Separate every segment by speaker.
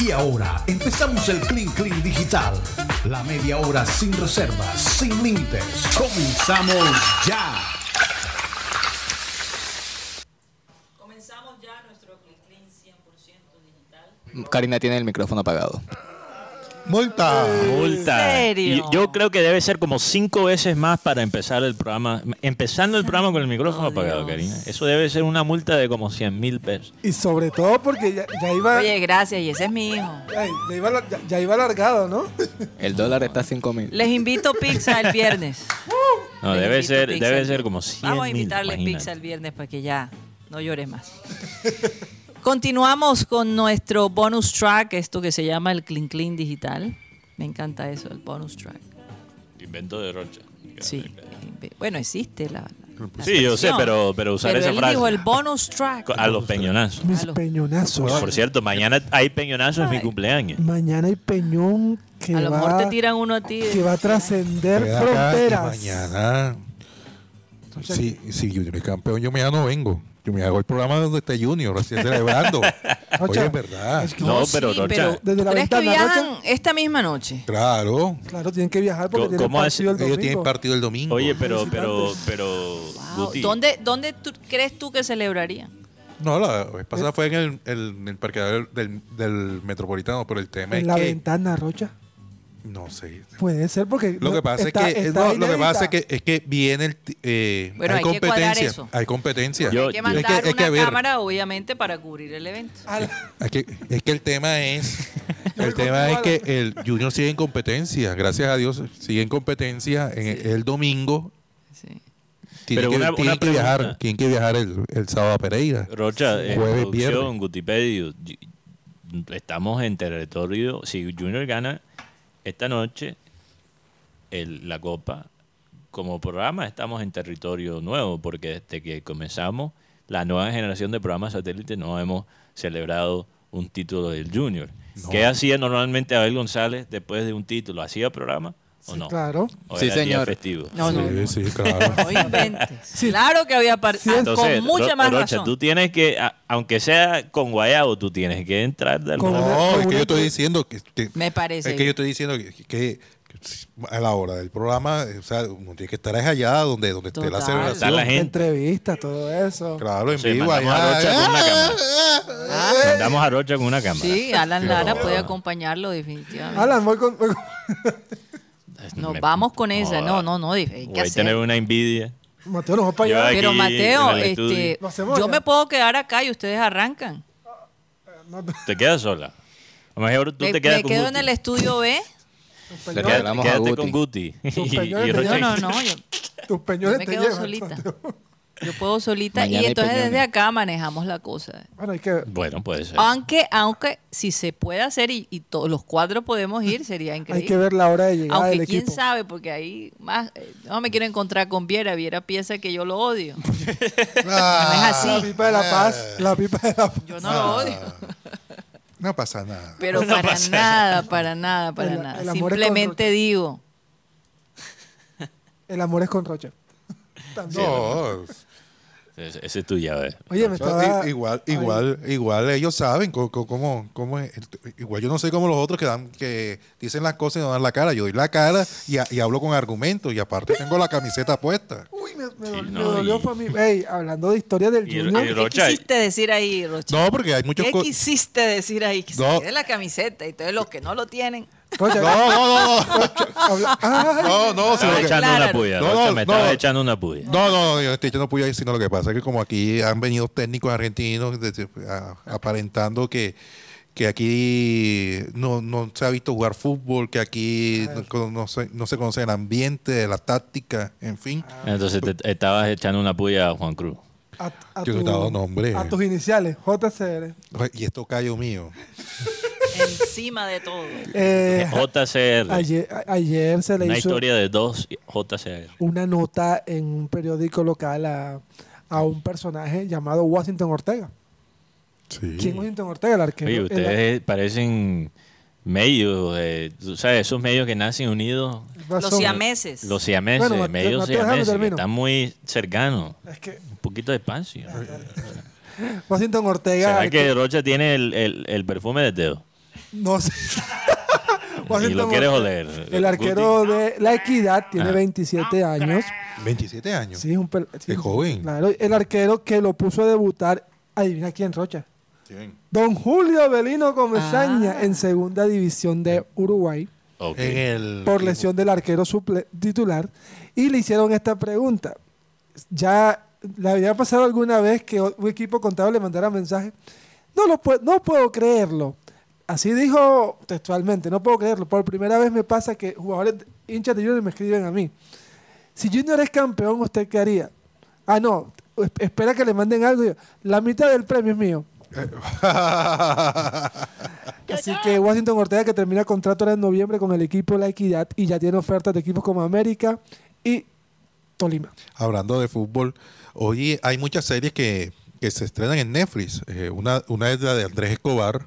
Speaker 1: Y ahora empezamos el Clean Clean Digital. La media hora sin reservas, sin límites. Comenzamos ya.
Speaker 2: Comenzamos ya nuestro Clean Clean 100% digital.
Speaker 3: Karina tiene el micrófono apagado.
Speaker 4: Multa.
Speaker 5: Multa.
Speaker 6: serio?
Speaker 5: Y Yo creo que debe ser como cinco veces más para empezar el programa. Empezando el programa con el micrófono
Speaker 6: Santo
Speaker 5: apagado,
Speaker 6: Oh, Dios.
Speaker 5: Karina. Eso debe ser una multa de como 100 mil pesos.
Speaker 4: Y sobre todo porque ya, ya iba.
Speaker 6: Oye, gracias, y ese es mi hijo.
Speaker 4: ay, ya, iba la- ya- ya iba alargado, ¿no?
Speaker 3: El dólar está a 5 mil.
Speaker 6: Les invito pizza el viernes.
Speaker 5: No,
Speaker 6: Les
Speaker 5: debe
Speaker 6: invito
Speaker 5: ser,
Speaker 6: pizza
Speaker 5: debe
Speaker 6: el
Speaker 5: ser
Speaker 6: viernes.
Speaker 5: como 100
Speaker 6: Vamos a invitarle
Speaker 5: mil,
Speaker 6: pizza el viernes para que ya no llores más. Continuamos con nuestro bonus track, esto que se llama el Clean Clean Digital. Me encanta eso, el bonus track.
Speaker 5: Invento de Rocha.
Speaker 6: Sí. Bueno, existe la. la
Speaker 5: Sí, yo sé,
Speaker 6: expresión.
Speaker 5: pero- pero usar esa
Speaker 6: él
Speaker 5: frase.
Speaker 6: dijo el bonus track.
Speaker 5: A los peñonazos.
Speaker 4: Mis
Speaker 6: Aló.
Speaker 4: peñonazos.
Speaker 5: Por cierto, mañana hay peñonazos, es mi
Speaker 6: Ay.
Speaker 5: cumpleaños.
Speaker 4: Mañana hay peñón que
Speaker 6: a lo mejor
Speaker 4: va,
Speaker 6: te tiran uno a ti.
Speaker 4: que va a trascender
Speaker 7: Queda acá que
Speaker 4: fronteras.
Speaker 7: Mañana. Sí, si Junior es campeón, yo mañana no vengo. Yo me hago el programa donde está Junior, así celebrando. Oye,
Speaker 4: Rocha,
Speaker 7: es verdad.
Speaker 4: es que-
Speaker 5: No, pero
Speaker 6: Oh, sí,
Speaker 5: Rocha,
Speaker 6: pero
Speaker 4: Desde la
Speaker 6: ¿crees que
Speaker 4: ventana,
Speaker 6: viajan esta misma noche?
Speaker 7: Claro.
Speaker 4: Claro, tienen que viajar porque
Speaker 5: Co-
Speaker 4: tienen
Speaker 5: ¿cómo
Speaker 4: partido el
Speaker 7: Ellos
Speaker 4: domingo.
Speaker 7: tienen partido el domingo.
Speaker 5: Oye, pero, pero, pero,
Speaker 6: Wow,
Speaker 5: Guti,
Speaker 6: ¿Dónde, dónde tú- crees tú que celebrarían?
Speaker 7: No, la vez
Speaker 4: Eh.
Speaker 7: pasada fue en el, el, en el parqueadero del, del Metropolitano, pero el tema
Speaker 4: en
Speaker 7: es
Speaker 4: la
Speaker 7: que...
Speaker 4: ventana, Rocha.
Speaker 7: No sé.
Speaker 4: Puede ser porque.
Speaker 7: Lo
Speaker 4: no-
Speaker 7: que pasa
Speaker 4: está-
Speaker 7: es que
Speaker 4: está
Speaker 7: no, lo que
Speaker 4: inédita.
Speaker 7: pasa es que es que viene el ti- eh,
Speaker 6: Bueno,
Speaker 7: hay,
Speaker 6: hay que cuadrar
Speaker 7: competencia,
Speaker 6: eso.
Speaker 7: hay competencia.
Speaker 5: Yo-
Speaker 6: Hay que
Speaker 5: yo-
Speaker 6: mandar
Speaker 7: es que- es que
Speaker 6: una
Speaker 7: a ver.
Speaker 6: cámara, obviamente, para cubrir el evento.
Speaker 4: A la-
Speaker 7: Es que, es que el tema es
Speaker 4: me
Speaker 7: el tema es
Speaker 4: controla.
Speaker 7: que el Junior sigue en competencia, gracias a Dios sigue en competencia en el, el domingo
Speaker 6: Sí.
Speaker 7: tiene
Speaker 5: Pero
Speaker 7: que,
Speaker 5: una-
Speaker 7: tiene
Speaker 5: una
Speaker 7: que viajar,
Speaker 5: pregunta.
Speaker 7: tiene que viajar el, el sábado a Pereira.
Speaker 5: Rocha, en
Speaker 7: Jueves,
Speaker 5: producción,
Speaker 7: viernes.
Speaker 5: Gutipedio, y- estamos en territorio. Si Junior gana esta noche el- la Copa, como programa estamos en territorio nuevo, porque desde que comenzamos la nueva generación de programas satélite no hemos celebrado un título del Junior. ¿Qué hacía normalmente Abel González después de un título? ¿Hacía programa o
Speaker 4: sí,
Speaker 5: no?
Speaker 4: Claro.
Speaker 5: ¿O
Speaker 3: Sí,
Speaker 5: era día
Speaker 3: señor.
Speaker 5: festivo?
Speaker 6: No, no, no.
Speaker 7: Sí, sí, claro.
Speaker 6: No inventes. Claro que había partido.
Speaker 5: Entonces,
Speaker 6: con mucha
Speaker 5: Ro-
Speaker 6: más
Speaker 5: Rocha,
Speaker 6: razón.
Speaker 5: tú tienes que, a- aunque sea con guayabo, tú tienes que entrar de
Speaker 4: Con-
Speaker 5: alguna manera.
Speaker 7: No, es que
Speaker 4: una-
Speaker 7: yo estoy diciendo que, que-
Speaker 6: Me parece
Speaker 7: es que yo
Speaker 6: bien.
Speaker 7: estoy diciendo que, que- que a la hora del programa, o sea, uno tiene que estar allá donde donde esté
Speaker 6: Total.
Speaker 7: la
Speaker 5: Está
Speaker 7: celebración.
Speaker 5: la gente.
Speaker 4: Entrevistas, todo eso.
Speaker 7: Claro, en
Speaker 5: Sí,
Speaker 7: vivo
Speaker 5: mandamos a
Speaker 7: allá.
Speaker 5: Rocha con una cámara. Mandamos a Rocha con una cámara.
Speaker 6: Sí, Alan
Speaker 7: Sí,
Speaker 6: Lara
Speaker 7: no.
Speaker 6: puede acompañarlo definitivamente.
Speaker 4: Alan, voy con. voy con-
Speaker 6: Nos
Speaker 5: Me-
Speaker 6: vamos con esa.
Speaker 5: joda.
Speaker 6: No, no, no. dif- hay que
Speaker 5: Voy a
Speaker 6: hacer.
Speaker 5: tener una envidia.
Speaker 4: Mateo nos va para allá.
Speaker 5: Yo aquí
Speaker 6: Pero Mateo,
Speaker 5: en el
Speaker 6: este,
Speaker 5: estudio.
Speaker 4: Lo hacemos
Speaker 6: yo
Speaker 4: ya.
Speaker 6: me puedo quedar acá y ustedes arrancan.
Speaker 5: Te quedas sola. A lo mejor tú
Speaker 6: me
Speaker 5: te quedas
Speaker 6: me
Speaker 5: con
Speaker 6: quedo
Speaker 5: Guti.
Speaker 6: en el estudio B.
Speaker 3: Le
Speaker 5: Quédate-
Speaker 3: regalamos a
Speaker 5: quédate
Speaker 3: Guti.
Speaker 5: con Guti. Y,
Speaker 4: peñones
Speaker 5: y
Speaker 4: de-
Speaker 5: Rocha-
Speaker 6: No, no, no. Yo,
Speaker 4: Tus
Speaker 6: yo
Speaker 4: peñones
Speaker 6: me
Speaker 4: te
Speaker 6: quedo
Speaker 4: llevan.
Speaker 6: solita.
Speaker 4: Mateo.
Speaker 6: Yo puedo solita.
Speaker 3: Mañana
Speaker 6: y
Speaker 3: hay
Speaker 6: entonces
Speaker 3: peñones.
Speaker 6: desde acá manejamos la cosa.
Speaker 4: Bueno, hay que ver.
Speaker 5: Bueno, puede ser.
Speaker 6: Aunque, aunque si se puede hacer y, y todos los cuatro podemos ir, sería increíble.
Speaker 4: Hay que ver la hora de llegada
Speaker 6: Aunque
Speaker 4: del
Speaker 6: quién
Speaker 4: equipo.
Speaker 6: sabe, porque ahí más. eh, No me quiero encontrar con Viera. Viera piensa que yo lo odio.
Speaker 4: La
Speaker 6: Ah,
Speaker 7: Ah,
Speaker 6: así.
Speaker 4: pipa de la paz. La pipa de la paz.
Speaker 6: Yo no lo odio.
Speaker 7: No pasa nada.
Speaker 6: Pero
Speaker 5: No
Speaker 6: para
Speaker 5: pasa
Speaker 6: nada, para nada, para
Speaker 4: El-
Speaker 6: nada.
Speaker 4: el amor es
Speaker 6: Simplemente
Speaker 4: con-
Speaker 6: digo.
Speaker 4: El amor es con Rocha. También.
Speaker 7: No,
Speaker 5: Ese, ese es tu llave.
Speaker 4: Oye, me Pues estaba.
Speaker 7: i- igual, igual, igual ellos saben co- co- cómo, cómo es. el- Igual yo no sé cómo los otros que dan, que dicen las cosas y no dan la cara. Yo doy la cara y, ha- y hablo con argumentos y aparte tengo la camiseta puesta.
Speaker 4: Uy, me, me
Speaker 5: Sí,
Speaker 4: dolió-
Speaker 5: no,
Speaker 4: me dolió
Speaker 5: y-
Speaker 4: fue a mí. Ey, hablando de historia del
Speaker 5: Y-
Speaker 4: Junior.
Speaker 5: y-
Speaker 6: ¿Qué
Speaker 5: Rocha,
Speaker 6: quisiste decir ahí, Rocha?
Speaker 7: No, porque hay muchos.
Speaker 6: ¿Qué
Speaker 7: co-
Speaker 6: quisiste decir ahí? Que se
Speaker 7: No.
Speaker 6: quede la camiseta y todos los que no lo tienen.
Speaker 4: Rocha,
Speaker 7: No, no, no, no.
Speaker 4: habla- ¡Ay!
Speaker 7: No, no, si lo
Speaker 5: Estaba
Speaker 7: que-
Speaker 5: echando
Speaker 6: Claro.
Speaker 5: una puya.
Speaker 7: No,
Speaker 5: Rocha,
Speaker 7: no,
Speaker 5: me estaba
Speaker 7: no.
Speaker 5: echando una puya.
Speaker 7: No, no, no, yo estoy echando puya, sino lo que pasa es que como aquí han venido técnicos argentinos de- de- a- aparentando que, que aquí no, no se ha visto jugar fútbol, que aquí no, cono- no se, no se conoce el ambiente, la táctica, en fin.
Speaker 4: Ah.
Speaker 5: Entonces te estabas echando una puya a Juan Cruz.
Speaker 4: A, a
Speaker 7: Yo no
Speaker 4: tu-
Speaker 7: te hago nombre.
Speaker 4: a tus iniciales,
Speaker 5: Eh,
Speaker 4: JCR.
Speaker 7: Y esto callo mío.
Speaker 6: Encima de todo.
Speaker 4: Eh,
Speaker 5: JCR.
Speaker 4: ayer, a- ayer se le
Speaker 5: Una
Speaker 4: hizo
Speaker 5: historia de dos JCR.
Speaker 4: una nota en un periódico local a, a un personaje llamado Washington Ortega. ¿Quién es Washington Ortega? El arquero.
Speaker 5: Oye,
Speaker 4: el-
Speaker 5: ustedes parecen medios, de, tú sabes, esos medios que nacen unidos,
Speaker 4: razón.
Speaker 6: Los siameses.
Speaker 5: los siameses,
Speaker 4: Bueno, Mateo-
Speaker 5: medios
Speaker 4: Mateo, déjame
Speaker 5: siameses, que
Speaker 4: termino.
Speaker 5: están muy cercanos,
Speaker 4: Es que
Speaker 5: un poquito de espacio.
Speaker 4: Washington Ortega.
Speaker 5: ¿Será que Rocha tiene el, el- el perfume de Teo?
Speaker 4: No sé.
Speaker 5: Y
Speaker 4: Washington
Speaker 5: lo quieres
Speaker 4: Ortega.
Speaker 5: oler.
Speaker 4: El arquero de la Equidad tiene
Speaker 5: Ajá.
Speaker 4: 27 años.
Speaker 7: 27 años.
Speaker 4: Sí, es un pel- sí,
Speaker 7: Es joven.
Speaker 4: Claro, el arquero que lo puso a debutar, adivina quién, Rocha. Don Julio Belino Comesaña en segunda división de Uruguay
Speaker 5: Ok.
Speaker 7: En el
Speaker 4: por lesión del arquero suple- titular y le hicieron esta pregunta. Ya le había pasado alguna vez que o- un equipo contable le mandara mensaje. No lo pue- no puedo creerlo. Así dijo textualmente, no puedo creerlo. Por primera vez me pasa que jugadores hinchas de Junior me escriben a mí. Si Junior es campeón, ¿usted qué haría? Ah, no, es- espera que le manden algo. Y yo, la mitad del premio es mío. Así que Washington Ortega que termina contrato ahora en noviembre con el equipo La Equidad y ya tiene ofertas de equipos como América y Tolima.
Speaker 7: Hablando de fútbol, hoy hay muchas series que, que se estrenan en Netflix. Eh, una, una es la de Andrés Escobar,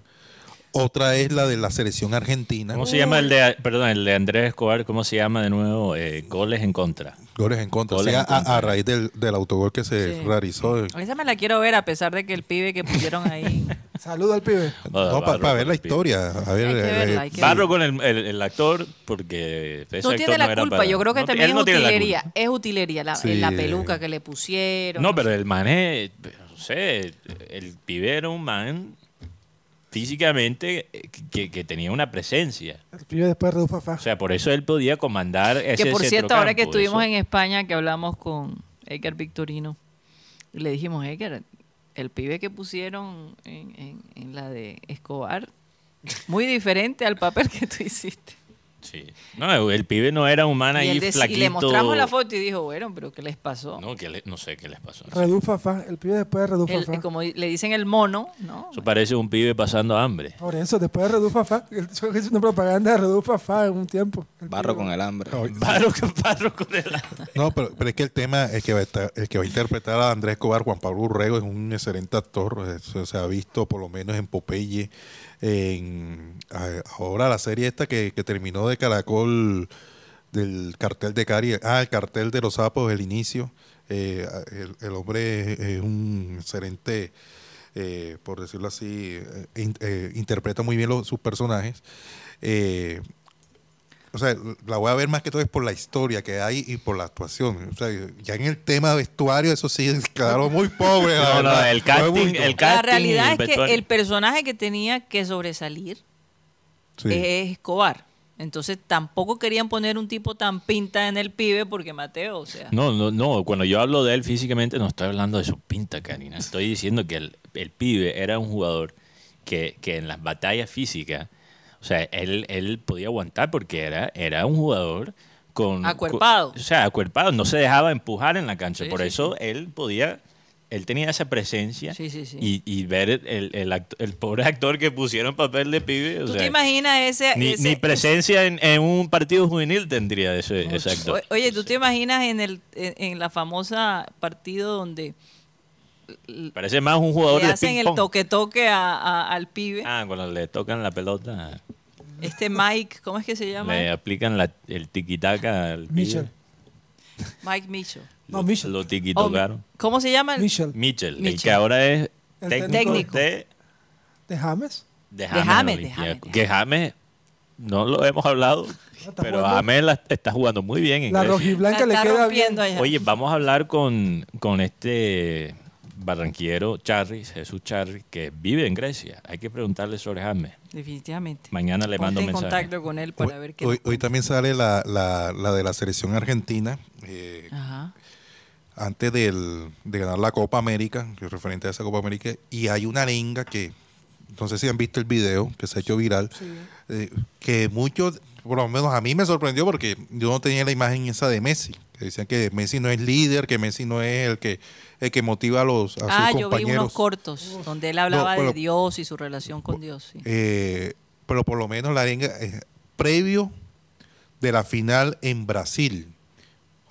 Speaker 7: otra es la de la selección argentina.
Speaker 5: ¿Cómo se llama el de, perdón, el de Andrés Escobar? ¿Cómo se llama de nuevo? Eh, goles en contra.
Speaker 7: Goles en contra.
Speaker 5: Goles
Speaker 7: o sea,
Speaker 5: en contra.
Speaker 7: A, a raíz del, del autogol que se
Speaker 6: Sí.
Speaker 7: realizó. eh,
Speaker 6: Esa me la quiero ver a pesar de que el pibe que pusieron ahí.
Speaker 4: Saludo al pibe.
Speaker 5: Ah,
Speaker 7: No, para
Speaker 5: Barro
Speaker 7: ver la
Speaker 5: con el
Speaker 7: historia. A ver,
Speaker 6: Hay que
Speaker 7: eh,
Speaker 6: verla,
Speaker 7: eh,
Speaker 6: hay que
Speaker 5: Barro con el, el- el actor, porque ese
Speaker 6: No
Speaker 5: actor
Speaker 6: tiene la
Speaker 5: era
Speaker 6: culpa,
Speaker 5: para-
Speaker 6: yo creo que
Speaker 5: no,
Speaker 6: también
Speaker 5: él
Speaker 6: es
Speaker 5: no tiene la
Speaker 6: utilería. es utilería, la,
Speaker 7: Sí.
Speaker 6: la peluca que le pusieron.
Speaker 5: culpa. No, pero el man es, no sé, el pibe era un man físicamente eh, que, que tenía una presencia.
Speaker 4: El pibe después de Fafá.
Speaker 5: O sea, por eso él podía comandar ese
Speaker 6: Que por cierto, ahora que
Speaker 5: centrocampo,
Speaker 6: estuvimos
Speaker 5: eso.
Speaker 6: en España, que hablamos con Edgar Victorino, y le dijimos, Edgar, el pibe que pusieron en, en- en la de Escobar, muy diferente al papel que tú hiciste.
Speaker 5: Sí. No, el pibe no era un man
Speaker 6: Y,
Speaker 5: ahí
Speaker 6: él dec- y
Speaker 5: flaquito.
Speaker 6: le mostramos la foto y dijo, bueno, pero ¿qué les pasó?
Speaker 5: No, que le- no sé qué les pasó.
Speaker 4: Redú Fafá. El pibe después de Redú
Speaker 6: El- eh,
Speaker 4: Fafá.
Speaker 6: como le dicen el mono, ¿no?
Speaker 5: Eso parece un pibe pasando hambre.
Speaker 4: Por eso, después de Redú Fafá. Él hizo una propaganda de Redú Fafá en un tiempo.
Speaker 3: Barro con el hambre.
Speaker 5: Barro, con- barro con el...
Speaker 7: no, pero, pero es que el tema es que va a estar- el que va a interpretar a Andrés Escobar, Juan Pablo Urrego, es un excelente actor. eh, Se, se ha visto por lo menos en Popeye. En, a- ahora la serie esta que, que terminó de Caracol, del cartel de Cari, ah, el cartel de los sapos, el inicio. eh, el, el hombre es, es un excelente, eh, por decirlo así, eh, in- eh, interpreta muy bien los- sus personajes. Eh, o sea, la voy a ver más que todo es por la historia que hay y por la actuación. O sea, ya en el tema de vestuario, eso sí, quedaron muy pobres. la
Speaker 5: No, no,
Speaker 7: verdad.
Speaker 5: el
Speaker 7: Fue muy
Speaker 5: casting-
Speaker 7: bonito.
Speaker 5: el ca-
Speaker 6: La
Speaker 5: casting y
Speaker 6: realidad
Speaker 5: el
Speaker 6: es que
Speaker 5: vestuario.
Speaker 6: el personaje que tenía que sobresalir
Speaker 7: Sí.
Speaker 6: es Escobar. Entonces tampoco querían poner un tipo tan pinta en el pibe porque Mateo, o sea.
Speaker 5: No, no, no. Cuando yo hablo de él físicamente, no estoy hablando de su pinta, Karina. Estoy diciendo que el, el pibe era un jugador que, que en las batallas físicas, o sea, él, él podía aguantar porque era, era un jugador con.
Speaker 6: Acuerpado.
Speaker 5: con- o sea, acuerpado. No se dejaba empujar en la cancha.
Speaker 6: Sí,
Speaker 5: Por
Speaker 6: sí,
Speaker 5: eso él podía. Él tenía esa presencia
Speaker 6: Sí, sí, sí.
Speaker 5: Y, y ver el, el, act- el pobre actor que pusieron papel de pibe. o
Speaker 6: ¿Tú
Speaker 5: sea,
Speaker 6: te imaginas ese...
Speaker 5: ni,
Speaker 6: ese-
Speaker 5: ni presencia en, en un partido juvenil tendría ese, ese actor.
Speaker 6: O- Oye, ¿tú te imaginas en, el, en, en la famosa partido donde l-
Speaker 5: Parece más un jugador
Speaker 6: le
Speaker 5: de
Speaker 6: hacen el
Speaker 5: ping-pong.
Speaker 6: toque-toque a- a- al pibe?
Speaker 5: Ah, cuando le tocan la pelota,
Speaker 6: Este Mike, ¿cómo es que se llama?
Speaker 5: le aplican la- el tiquitaca al pibe.
Speaker 4: Mitchell.
Speaker 6: Mike Mitchell.
Speaker 5: Lo,
Speaker 4: No, Mitchell.
Speaker 5: Lo
Speaker 6: Oh,
Speaker 5: tiquitocaron.
Speaker 6: ¿Cómo se llama? el-
Speaker 4: Michel.
Speaker 5: Mitchell, el
Speaker 6: Mitchell.
Speaker 5: que ahora es
Speaker 4: El
Speaker 5: técnico,
Speaker 6: técnico.
Speaker 5: de,
Speaker 4: ¿De James?
Speaker 5: de
Speaker 6: James, de
Speaker 5: James,
Speaker 6: James, de
Speaker 5: Olympiacos. Que James, no lo hemos hablado,
Speaker 4: está
Speaker 5: pero
Speaker 4: jugando-
Speaker 5: James la- está jugando muy bien. en
Speaker 4: La
Speaker 5: Grecia.
Speaker 4: rojiblanca le
Speaker 6: La está
Speaker 4: queda bien.
Speaker 6: rompiendo allá.
Speaker 5: Oye, vamos a hablar con, con este barranquillero Charris, Jesús Charris, que vive en Grecia. Hay que preguntarle sobre James.
Speaker 6: Definitivamente.
Speaker 5: Mañana le mando
Speaker 6: Ponte
Speaker 5: un
Speaker 6: en
Speaker 5: mensaje.
Speaker 6: contacto con él
Speaker 7: Hoy,
Speaker 6: para ver qué...
Speaker 7: hoy- hoy también sale la, la- la de la selección argentina, eh,
Speaker 6: Ajá.
Speaker 7: antes del- de ganar la Copa América, que es referente a esa Copa América, y hay una arenga que, no sé si han visto el video, que se ha hecho viral, eh, que muchos, por lo menos a mí me sorprendió porque yo no tenía la imagen esa de Messi. Que decían que Messi no es líder, que Messi no es el que, el que motiva a, los, a
Speaker 6: Ah,
Speaker 7: sus
Speaker 6: yo vi
Speaker 7: compañeros.
Speaker 6: unos cortos donde él hablaba
Speaker 7: No, pero-
Speaker 6: de Dios y su relación con Dios. sí.
Speaker 7: Eh, pero por lo menos la arenga eh, previo de la final en Brasil,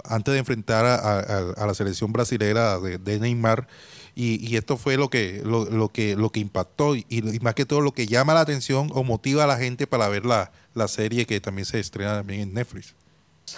Speaker 7: antes de enfrentar a, a- a- a la selección brasilera de, de Neymar. Y, y esto fue lo que, lo, lo que, lo que impactó y, y más que todo lo que llama la atención o motiva a la gente para ver la, la serie que también se estrena también en Netflix.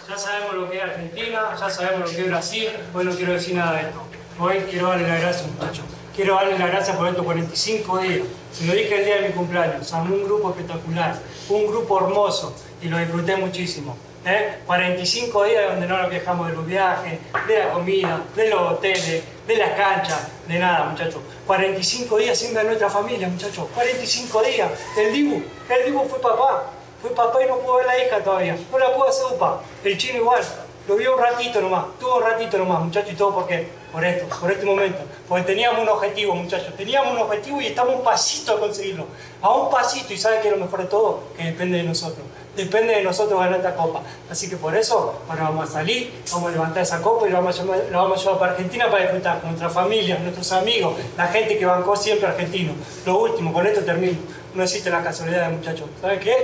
Speaker 8: Ya sabemos lo que es Argentina, ya sabemos lo que es Brasil, hoy no quiero decir nada de esto. Hoy quiero darle las gracias, muchachos. Quiero darle las gracias por estos 45 días. Se lo dije el día de mi cumpleaños. Armé un grupo espectacular, un grupo hermoso y lo disfruté muchísimo. ¿eh? 45 días donde no nos quejamos de los viajes, de la comida, de los hoteles, de las canchas, de nada, muchachos. 45 días sin ver a nuestra familia, muchachos. 45 días. El Dibu, el Dibu fue papá. Fue papá y no pudo ver la hija todavía. No la pudo hacer upa. El chino igual. Lo vio un ratito nomás. Tuvo un ratito nomás, muchachos. ¿Y todo por qué? Por esto, por este momento. Porque teníamos un objetivo, muchachos. Teníamos un objetivo y estamos un pasito a conseguirlo. A un pasito. ¿Y sabe que lo mejor de todo? Que depende de nosotros. Depende de nosotros ganar esta copa. Así que por eso, ahora vamos a salir, vamos a levantar esa copa y la vamos a llevar, la vamos a llevar para Argentina para disfrutar con nuestra familia, nuestros amigos, la gente que bancó siempre argentino. Lo último, con esto termino no existe la casualidad, muchachos. ¿Saben qué?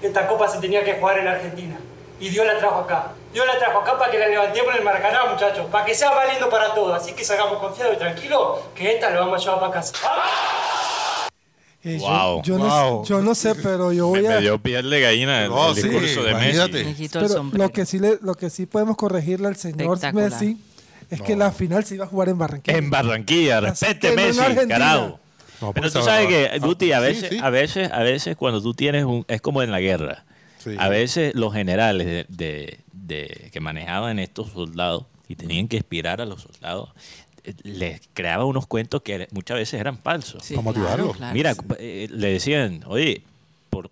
Speaker 8: Esta copa se tenía que jugar en la Argentina. Y Dios la trajo acá. Dios la trajo acá para que la levantemos en el Maracaná, muchachos. Para que sea valiendo para todos. Así que salgamos confiados y tranquilos que esta la vamos a llevar para casa.
Speaker 4: Eh, yo-
Speaker 5: Wow.
Speaker 4: yo, no,
Speaker 7: Wow.
Speaker 4: sé- yo no sé, pero yo
Speaker 5: Me,
Speaker 4: voy
Speaker 5: me
Speaker 4: a...
Speaker 5: dio piel de gallina el,
Speaker 7: No,
Speaker 5: el
Speaker 7: Oh, sí,
Speaker 5: discurso de
Speaker 7: imagínate.
Speaker 5: Messi.
Speaker 6: Me quito el
Speaker 4: Pero
Speaker 6: sombrero.
Speaker 4: lo que, sí le- lo que sí podemos corregirle al señor
Speaker 6: Espectacular.
Speaker 4: Messi es que la final se iba a jugar en Barranquilla.
Speaker 5: En Barranquilla,
Speaker 4: Así
Speaker 5: respete
Speaker 4: que no en
Speaker 5: Messi,
Speaker 4: Argentina.
Speaker 5: carajo. Pero
Speaker 7: No, porque
Speaker 5: tú
Speaker 7: estaba-
Speaker 5: sabes que,
Speaker 7: ah,
Speaker 5: Guti, a
Speaker 7: sí,
Speaker 5: veces,
Speaker 7: sí.
Speaker 5: a veces, a veces cuando tú tienes un, es como en la guerra.
Speaker 7: Sí.
Speaker 5: A veces los generales de, de- de- que manejaban estos soldados y tenían que inspirar a los soldados, eh, les creaban unos cuentos que era- muchas veces eran falsos.
Speaker 6: Sí,
Speaker 7: para motivarlo.
Speaker 5: Mira, pa- eh, le decían, oye, por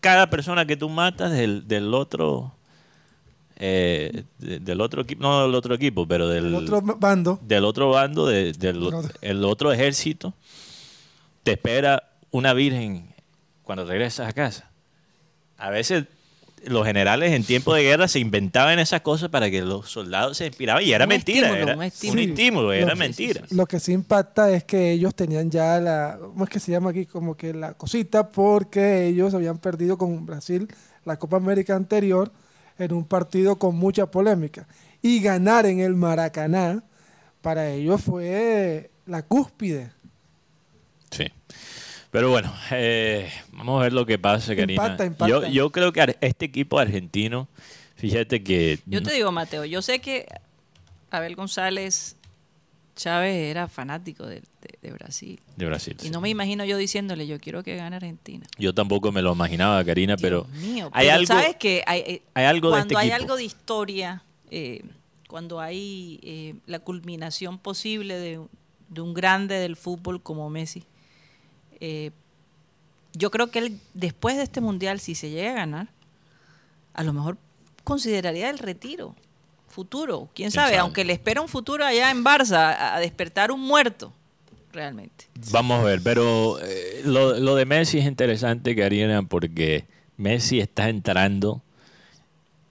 Speaker 5: cada persona que tú matas del, del otro, eh, de- del otro equipo, no del otro equipo, pero del
Speaker 4: El otro bando.
Speaker 5: del otro bando, de- del
Speaker 4: Pero-
Speaker 5: el otro ejército, te espera una virgen cuando regresas a casa. A veces los generales en tiempo de guerra se inventaban esas cosas para que los soldados se inspiraban y era
Speaker 6: Un
Speaker 5: mentira,
Speaker 6: estímulo,
Speaker 5: era
Speaker 6: un
Speaker 5: un
Speaker 6: estímulo.
Speaker 5: estímulo,
Speaker 4: Sí,
Speaker 5: era
Speaker 4: sí,
Speaker 5: mentira.
Speaker 4: Lo que sí impacta es que ellos tenían ya la, ¿cómo es que se llama aquí? Como que la cosita, porque ellos habían perdido con Brasil la Copa América anterior en un partido con mucha polémica. Y ganar en el Maracaná, para ellos fue la cúspide.
Speaker 5: Sí. Pero bueno, eh, vamos a ver lo que pasa, Karina.
Speaker 4: Impacta, impacta.
Speaker 5: Yo, yo creo que ar- este equipo argentino, fíjate que...
Speaker 6: Yo te digo, Mateo, yo sé que Abel González Chávez era fanático de, de- de Brasil.
Speaker 5: De Brasil.
Speaker 6: Y
Speaker 5: sí.
Speaker 6: no me imagino yo diciéndole, yo quiero que gane Argentina.
Speaker 5: Yo tampoco me lo imaginaba, Karina, pero...
Speaker 6: Dios mío,
Speaker 5: hay
Speaker 6: pero
Speaker 5: algo...
Speaker 6: ¿sabes que hay, eh,
Speaker 5: hay algo de
Speaker 6: cuando
Speaker 5: este
Speaker 6: hay
Speaker 5: equipo.
Speaker 6: algo de historia, eh, cuando hay eh, la culminación posible de, de un grande del fútbol como Messi, eh, yo creo que él, después de este mundial, si se llega a ganar, a lo mejor consideraría el retiro futuro, quién sabe,
Speaker 5: sabe?
Speaker 6: aunque le espera un futuro allá en Barça, a- a despertar un muerto, realmente.
Speaker 5: Vamos a ver, pero eh, lo, lo de Messi es interesante, Karina, porque Messi está entrando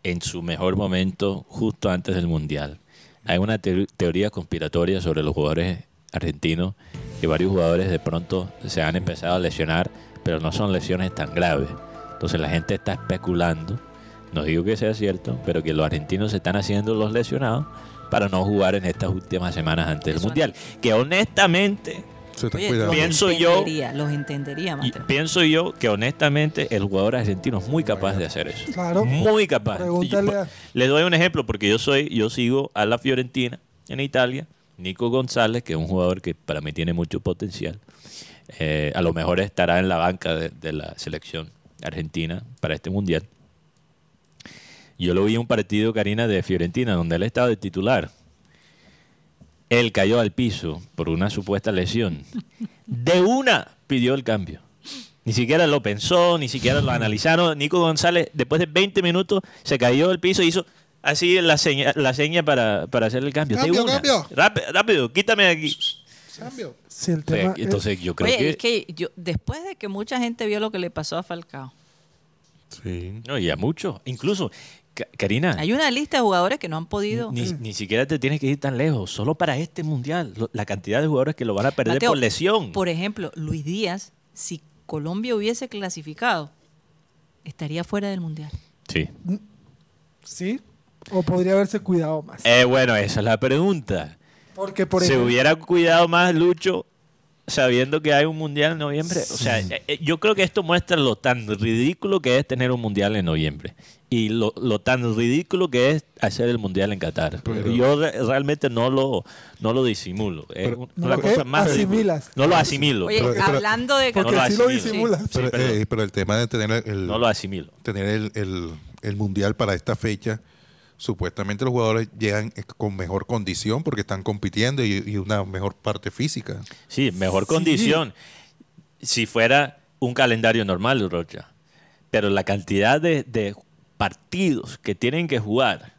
Speaker 5: en su mejor momento justo antes del Mundial. Hay una teo- teoría conspiratoria sobre los jugadores argentinos, que varios jugadores de pronto se han empezado a lesionar, pero no son lesiones tan graves. Entonces la gente está especulando, no digo que sea cierto, pero que los argentinos se están haciendo los lesionados para no jugar en estas últimas semanas antes del
Speaker 6: Eso
Speaker 5: Mundial. Que honestamente...
Speaker 7: Se está
Speaker 6: Oye,
Speaker 7: cuidando.
Speaker 6: los
Speaker 5: Pienso yo-
Speaker 6: entendería, Los entendería,
Speaker 5: Y
Speaker 6: Mateo.
Speaker 5: pienso yo que honestamente el jugador argentino es muy capaz de hacer eso.
Speaker 4: Claro.
Speaker 5: Muy capaz.
Speaker 4: Pregúntale
Speaker 5: Yo-
Speaker 4: a-
Speaker 5: Le doy un ejemplo porque yo soy, yo sigo a la Fiorentina en Italia, Nico González, que es un jugador que para mí tiene mucho potencial. Eh, a lo mejor estará en la banca de, de la selección argentina para este mundial. Yo lo vi en un partido, Karina, de Fiorentina, donde él estaba de titular. Él cayó al piso por una supuesta lesión. De una pidió el cambio. Ni siquiera lo pensó, ni siquiera lo analizaron. Nico González, después de 20 minutos, se cayó al piso y hizo así la seña, la seña para, para hacer el cambio. De
Speaker 7: Cambio,
Speaker 5: una.
Speaker 7: cambio.
Speaker 5: Rápido, rápido, quítame de aquí.
Speaker 7: Cambio.
Speaker 4: Sí, el
Speaker 5: O sea,
Speaker 4: tema,
Speaker 5: entonces yo creo
Speaker 6: Oye,
Speaker 5: que,
Speaker 6: es que yo, después de que mucha gente vio lo que le pasó a Falcao,
Speaker 7: Sí.
Speaker 5: No, y a muchos. Incluso, Ca- Karina,
Speaker 6: hay una lista de jugadores que no han podido.
Speaker 5: Ah. ni, ni siquiera te tienes que ir tan lejos. Solo para este mundial, lo- la cantidad de jugadores que lo van a perder
Speaker 6: Mateo,
Speaker 5: por lesión.
Speaker 6: Por ejemplo, Luis Díaz, si Colombia hubiese clasificado, estaría fuera del mundial.
Speaker 5: Sí.
Speaker 4: sí, o podría haberse cuidado más.
Speaker 5: Eh, bueno, esa es la pregunta.
Speaker 4: Porque por
Speaker 5: Se
Speaker 4: ejemplo,
Speaker 5: hubiera cuidado más Lucho sabiendo que hay un mundial en noviembre. O sea, eh, eh, yo creo que esto muestra lo tan ridículo que es tener un mundial en noviembre y lo, lo tan ridículo que es hacer el mundial en Qatar. yo re- realmente no lo, no lo disimulo. Es un-
Speaker 4: ¿No
Speaker 5: una
Speaker 4: lo
Speaker 5: cosa
Speaker 4: qué?
Speaker 5: más ridícula.
Speaker 4: Asimilas.
Speaker 5: No lo asimilo.
Speaker 6: Oye,
Speaker 7: Pero- pero-
Speaker 6: hablando de
Speaker 4: Porque
Speaker 5: No lo
Speaker 4: si lo
Speaker 5: asimilo.
Speaker 4: disimulas.
Speaker 5: Sí,
Speaker 7: Pero,
Speaker 5: perdón.
Speaker 7: eh, pero el tema de tener el,
Speaker 5: no lo asimilo.
Speaker 7: tener el, el- el mundial para esta fecha, supuestamente los jugadores llegan eh, con mejor condición porque están compitiendo y, y una mejor parte física.
Speaker 5: Sí, mejor condición. Si fuera un calendario normal, Rocha. Pero la cantidad de, de partidos que tienen que jugar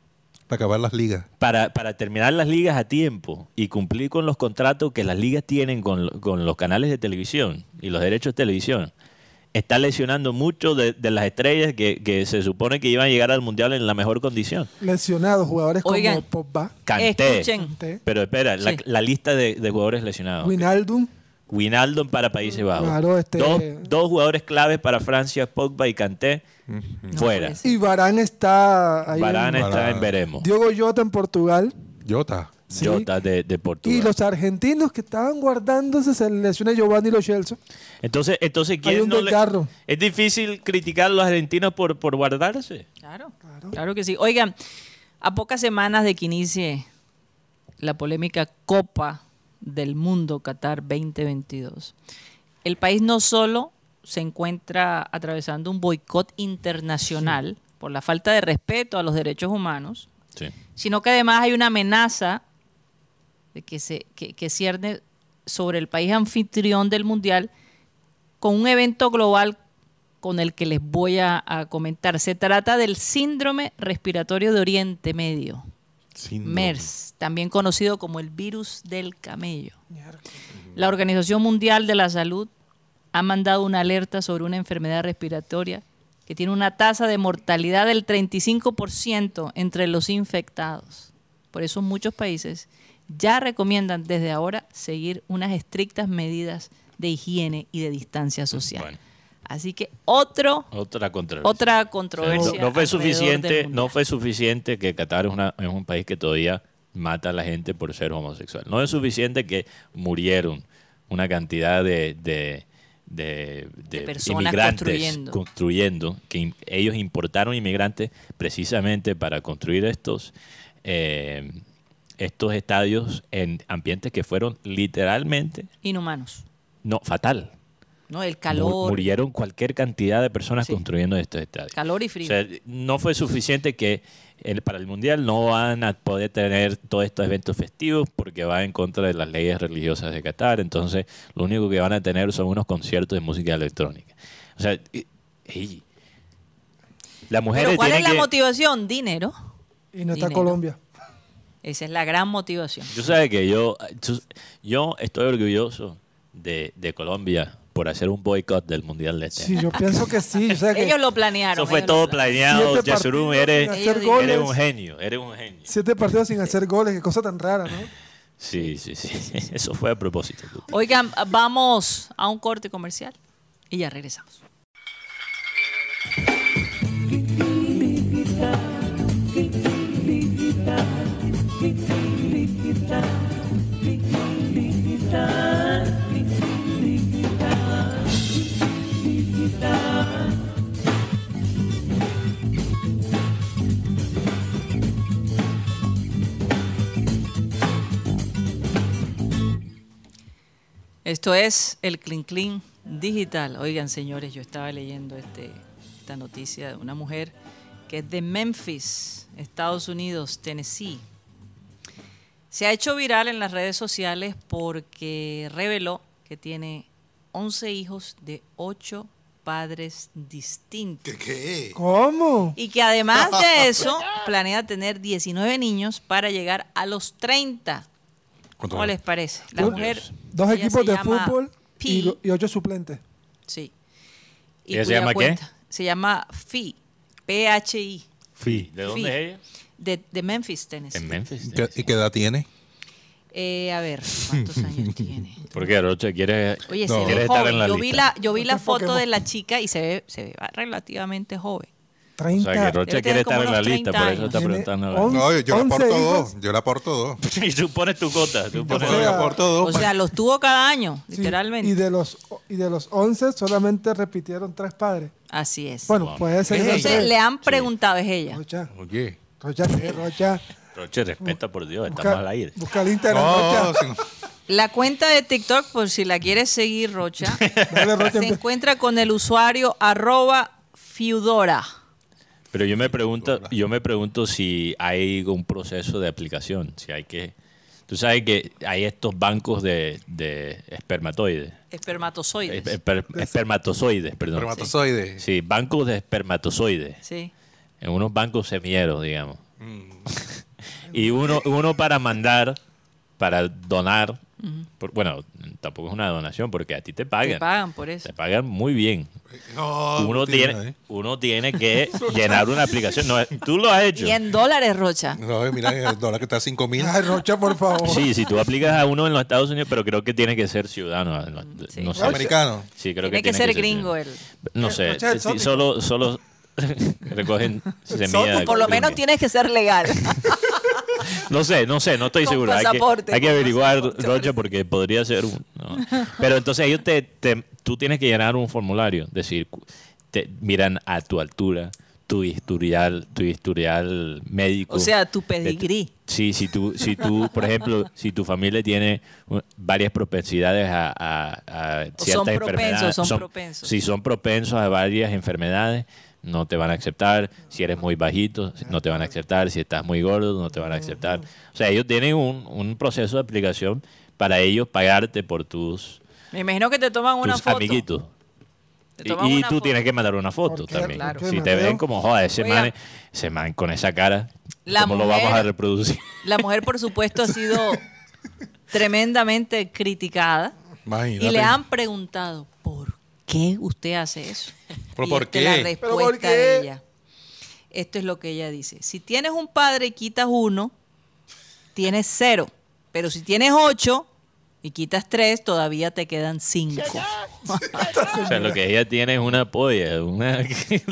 Speaker 7: Para acabar las ligas.
Speaker 5: para, para terminar las ligas a tiempo y cumplir con los contratos que las ligas tienen con, lo- con los canales de televisión y los derechos de televisión, está lesionando mucho de, de las estrellas que, que se supone que iban a llegar al Mundial en la mejor condición.
Speaker 4: Lesionados jugadores
Speaker 6: Oigan.
Speaker 4: como Pogba,
Speaker 5: Canté.
Speaker 6: Escuchen.
Speaker 5: Pero espera, la,
Speaker 6: Sí.
Speaker 5: la lista de, de jugadores lesionados.
Speaker 4: Wijnaldum.
Speaker 5: Wijnaldum para Países Bajos.
Speaker 4: Claro, este-
Speaker 5: dos, dos jugadores claves para Francia, Pogba y Kanté, fuera.
Speaker 6: puede ser.
Speaker 4: Y Varane está ahí. en-
Speaker 5: Varane está
Speaker 7: Varane.
Speaker 5: en veremos.
Speaker 4: Diogo Jota en Portugal.
Speaker 7: Jota.
Speaker 4: sí.
Speaker 5: Jota de, de Portugal.
Speaker 4: Y los argentinos que estaban guardándose se les lesiona Giovanni Lo Celso.
Speaker 5: Entonces, entonces ¿quién
Speaker 4: Hay un
Speaker 5: no le-
Speaker 4: desgarro.
Speaker 5: Es difícil criticar a los argentinos por, por guardarse.
Speaker 6: Claro, claro, que sí. Oigan, a pocas semanas de que inicie la polémica Copa del Mundo Qatar 2022, el país no solo se encuentra atravesando un boicot internacional por la falta de respeto a los derechos humanos,
Speaker 5: Sí.
Speaker 6: sino que además hay una amenaza de que se que, que cierne sobre el país anfitrión del mundial con un evento global con el que les voy a, a comentar. Se trata del síndrome respiratorio de Oriente Medio, MERS, también conocido como el virus del camello. La Organización Mundial de la Salud ha mandado una alerta sobre una enfermedad respiratoria que tiene una tasa de mortalidad del 35% entre los infectados. Por eso muchos países ya recomiendan desde ahora seguir unas estrictas medidas de higiene y de distancia social.
Speaker 5: Bueno.
Speaker 6: Así que otro
Speaker 5: Otra controversia.
Speaker 6: otra
Speaker 5: O sea, no-
Speaker 6: controversia.
Speaker 5: no, fue
Speaker 6: alrededor del
Speaker 5: suficiente,
Speaker 6: mundial.
Speaker 5: no fue suficiente que Qatar es, una- es un país que todavía mata a la gente por ser homosexual. No es suficiente que murieron una cantidad de, de, de- de
Speaker 6: De personas
Speaker 5: inmigrantes
Speaker 6: construyendo.
Speaker 5: construyendo, que im- ellos importaron inmigrantes precisamente para construir estos, eh, estos estadios en ambientes que fueron literalmente
Speaker 6: Inhumanos.
Speaker 5: no fatal.
Speaker 6: ¿no? El
Speaker 5: Mu-
Speaker 6: calor,
Speaker 5: Murieron cualquier cantidad de personas
Speaker 6: Sí.
Speaker 5: construyendo estos estadios.
Speaker 6: calor y frío.
Speaker 5: O sea, no fue suficiente que el- para el Mundial no van a poder tener todos estos eventos festivos porque va en contra de las leyes religiosas de Qatar. Entonces, lo único que van a tener son unos conciertos de música electrónica. O sea, y- ey, las mujeres
Speaker 6: Pero ¿cuál es
Speaker 5: tienen
Speaker 6: la
Speaker 5: que-
Speaker 6: motivación? Dinero.
Speaker 4: Y no está
Speaker 6: Dinero.
Speaker 4: Colombia.
Speaker 6: Esa es la gran motivación.
Speaker 5: Tú sabes que yo, tú- yo estoy orgulloso de, de Colombia por hacer un boicot del Mundial de este
Speaker 4: Sí,
Speaker 5: año.
Speaker 4: yo pienso que sí. o sea que
Speaker 6: Ellos lo planearon.
Speaker 5: Eso fue
Speaker 6: ellos
Speaker 5: todo
Speaker 6: lo planearon.
Speaker 5: planeado.
Speaker 4: siete
Speaker 5: Yasurum,
Speaker 4: partidos
Speaker 5: eres,
Speaker 4: sin
Speaker 6: Ellos
Speaker 4: hacer
Speaker 6: dijeron-
Speaker 5: eres un
Speaker 4: goles.
Speaker 5: genio, eres un genio.
Speaker 4: Siete partidos sin hacer goles, qué cosa tan rara, ¿no?
Speaker 5: Sí, sí, sí. Eso fue a propósito.
Speaker 6: Oigan, vamos a un corte comercial y ya regresamos. Esto es el Clean Clean Digital. Oigan, señores, yo estaba leyendo este, esta noticia de una mujer que es de Memphis, Estados Unidos, Tennessee. Se ha hecho viral en las redes sociales porque reveló que tiene 11 hijos de 8 padres distintos.
Speaker 7: ¿Qué?
Speaker 4: ¿Cómo?
Speaker 6: Y que además de eso, planea tener 19 niños para llegar a los 30. ¿Cómo les parece? La
Speaker 4: Dos-
Speaker 6: mujer.
Speaker 4: Dos
Speaker 6: ella
Speaker 4: equipos
Speaker 6: se
Speaker 4: de
Speaker 6: llama E
Speaker 4: fútbol y,
Speaker 6: Pi,
Speaker 4: lo- y ocho suplentes.
Speaker 6: sí.
Speaker 5: ¿Ella se
Speaker 6: cuya
Speaker 5: llama qué?
Speaker 6: Se llama Phi, P-H-I,
Speaker 5: Sí. ¿De
Speaker 6: Sí.
Speaker 5: dónde es ella?
Speaker 6: de, de Memphis, Tennessee.
Speaker 5: En Memphis.
Speaker 7: ¿Y qué- ¿Y qué edad tiene?
Speaker 6: Eh, a ver, ¿cuántos años tiene?
Speaker 5: Porque Rocha quiere,
Speaker 6: Oye,
Speaker 5: no,
Speaker 6: se ve
Speaker 5: estar
Speaker 6: joven.
Speaker 5: en la
Speaker 6: Yo vi
Speaker 5: lista.
Speaker 6: la, yo vi
Speaker 4: Porque
Speaker 6: la
Speaker 4: es
Speaker 6: foto
Speaker 4: Pokémon.
Speaker 6: de la chica y se ve, se ve relativamente joven.
Speaker 5: O
Speaker 4: 30.
Speaker 5: sea, que Rocha
Speaker 6: Debe
Speaker 5: quiere
Speaker 6: tener
Speaker 5: estar
Speaker 6: como
Speaker 5: en la
Speaker 6: unos
Speaker 5: lista,
Speaker 6: 30
Speaker 5: por eso está
Speaker 4: años.
Speaker 5: preguntando.
Speaker 4: Tiene
Speaker 5: ahora.
Speaker 7: No, yo, yo
Speaker 4: Once
Speaker 7: aporto
Speaker 4: hijos.
Speaker 7: dos. Yo le aporto dos.
Speaker 5: Y tú pones tu cota. Tú
Speaker 7: Yo
Speaker 5: pones-
Speaker 4: sea,
Speaker 7: le aporto dos.
Speaker 6: O sea, los tuvo cada año,
Speaker 4: Sí,
Speaker 6: literalmente.
Speaker 4: Y de, los, y de los 11 solamente repitieron tres padres.
Speaker 6: Así es.
Speaker 4: Bueno,
Speaker 5: Wow.
Speaker 4: puede ser.
Speaker 6: Entonces
Speaker 4: Rocha.
Speaker 6: le han preguntado, es ella.
Speaker 4: Rocha,
Speaker 7: Oye.
Speaker 4: Rocha, eh, Rocha.
Speaker 5: Roche, respeta por Dios, estamos
Speaker 4: Busca,
Speaker 5: al aire.
Speaker 4: busca el Instagram,
Speaker 7: pues. No,
Speaker 4: Rocha.
Speaker 7: si no-
Speaker 6: La cuenta de TikTok, por si la quieres seguir, Rocha,
Speaker 4: Dale, Rocha.
Speaker 6: se encuentra con el usuario arroba Fiudora.
Speaker 5: Pero yo me pregunto, yo me pregunto si hay un proceso de aplicación, si hay que. Tú sabes que hay estos bancos de, de espermatoides.
Speaker 6: Espermatozoides.
Speaker 5: Esper- espermatozoides, perdón.
Speaker 7: Espermatozoide.
Speaker 5: Sí, bancos de espermatozoides.
Speaker 6: sí.
Speaker 5: En unos bancos semilleros, digamos.
Speaker 6: Mm.
Speaker 5: y uno, uno para mandar, para donar. por- bueno, tampoco es una donación porque a ti te pagan.
Speaker 6: Te pagan por eso.
Speaker 5: Te pagan muy bien.
Speaker 7: No, eh.
Speaker 5: Uno
Speaker 7: Ah, ahí.
Speaker 5: tiene, uno tiene que llenar una aplicación. No, tú lo has hecho.
Speaker 6: Y en dólares, Rocha.
Speaker 7: No, mira, el dólar que está a 5 mil.
Speaker 4: Ay, Rocha, por favor.
Speaker 5: Sí, si tú aplicas a uno en los Estados Unidos, pero creo que tiene que ser ciudadano. No,
Speaker 6: Sí.
Speaker 5: no sé.
Speaker 7: Americano.
Speaker 5: Sí, creo
Speaker 6: tiene que,
Speaker 5: que, tiene
Speaker 6: ser
Speaker 5: que
Speaker 6: gringo
Speaker 5: ciudadano.
Speaker 6: él.
Speaker 5: No sé,
Speaker 4: Rocha
Speaker 5: sí,
Speaker 4: exótico.
Speaker 5: solo, solo recogen semillas.
Speaker 6: O por lo menos
Speaker 5: gringas.
Speaker 6: tienes que ser legal.
Speaker 5: No sé, no sé, no estoy
Speaker 6: Con
Speaker 5: seguro. Hay que,
Speaker 6: pasaporte,
Speaker 5: hay que
Speaker 6: con
Speaker 5: averiguar,
Speaker 6: pasaporte.
Speaker 5: Rocha, porque podría ser un. no. Pero entonces ellos te, te- tú tienes que llenar un formulario, decir, cu- te miran a tu altura, tu historial, tu historial médico.
Speaker 6: O sea, tu
Speaker 5: de-
Speaker 6: pedigrí.
Speaker 5: Sí, si tú, si tú, por ejemplo, si tu familia tiene uh, varias propensidades a, a- a ciertas
Speaker 6: son propensos,
Speaker 5: enfermedades.
Speaker 6: son propensos.
Speaker 5: Si son propensos a varias enfermedades, no te van a aceptar. Si eres muy bajito, no te van a aceptar. Si estás muy gordo, no te van a aceptar. O sea, ellos tienen un, un proceso de aplicación para ellos pagarte por tus,
Speaker 6: Me imagino que te toman una
Speaker 5: tus
Speaker 6: foto.
Speaker 5: amiguitos.
Speaker 6: Te
Speaker 5: Y,
Speaker 6: toman
Speaker 5: y
Speaker 6: una
Speaker 5: tú
Speaker 6: foto.
Speaker 5: tienes que mandar una foto
Speaker 4: Porque,
Speaker 5: también.
Speaker 4: claro.
Speaker 5: Si te
Speaker 4: Mateo.
Speaker 5: ven como, joda, ese
Speaker 6: Oiga.
Speaker 5: man, ese man con esa cara,
Speaker 6: La
Speaker 5: ¿cómo lo vamos a
Speaker 6: mujer-
Speaker 5: reproducir?
Speaker 6: La mujer, por supuesto, ha sido tremendamente criticada.
Speaker 7: Imagínate.
Speaker 6: Y le han preguntado, ¿por qué usted hace eso?
Speaker 7: ¿Pero
Speaker 6: Y
Speaker 7: por
Speaker 6: esta es la
Speaker 7: qué?
Speaker 4: ¿Pero por
Speaker 6: respuesta
Speaker 4: qué?
Speaker 6: de ella. Esto es lo que ella dice. Si tienes un padre y quitas uno, tienes cero. Pero si tienes ocho y quitas tres, todavía te quedan cinco.
Speaker 5: O sea, lo que ella tiene es una polla, una,
Speaker 7: Y aquí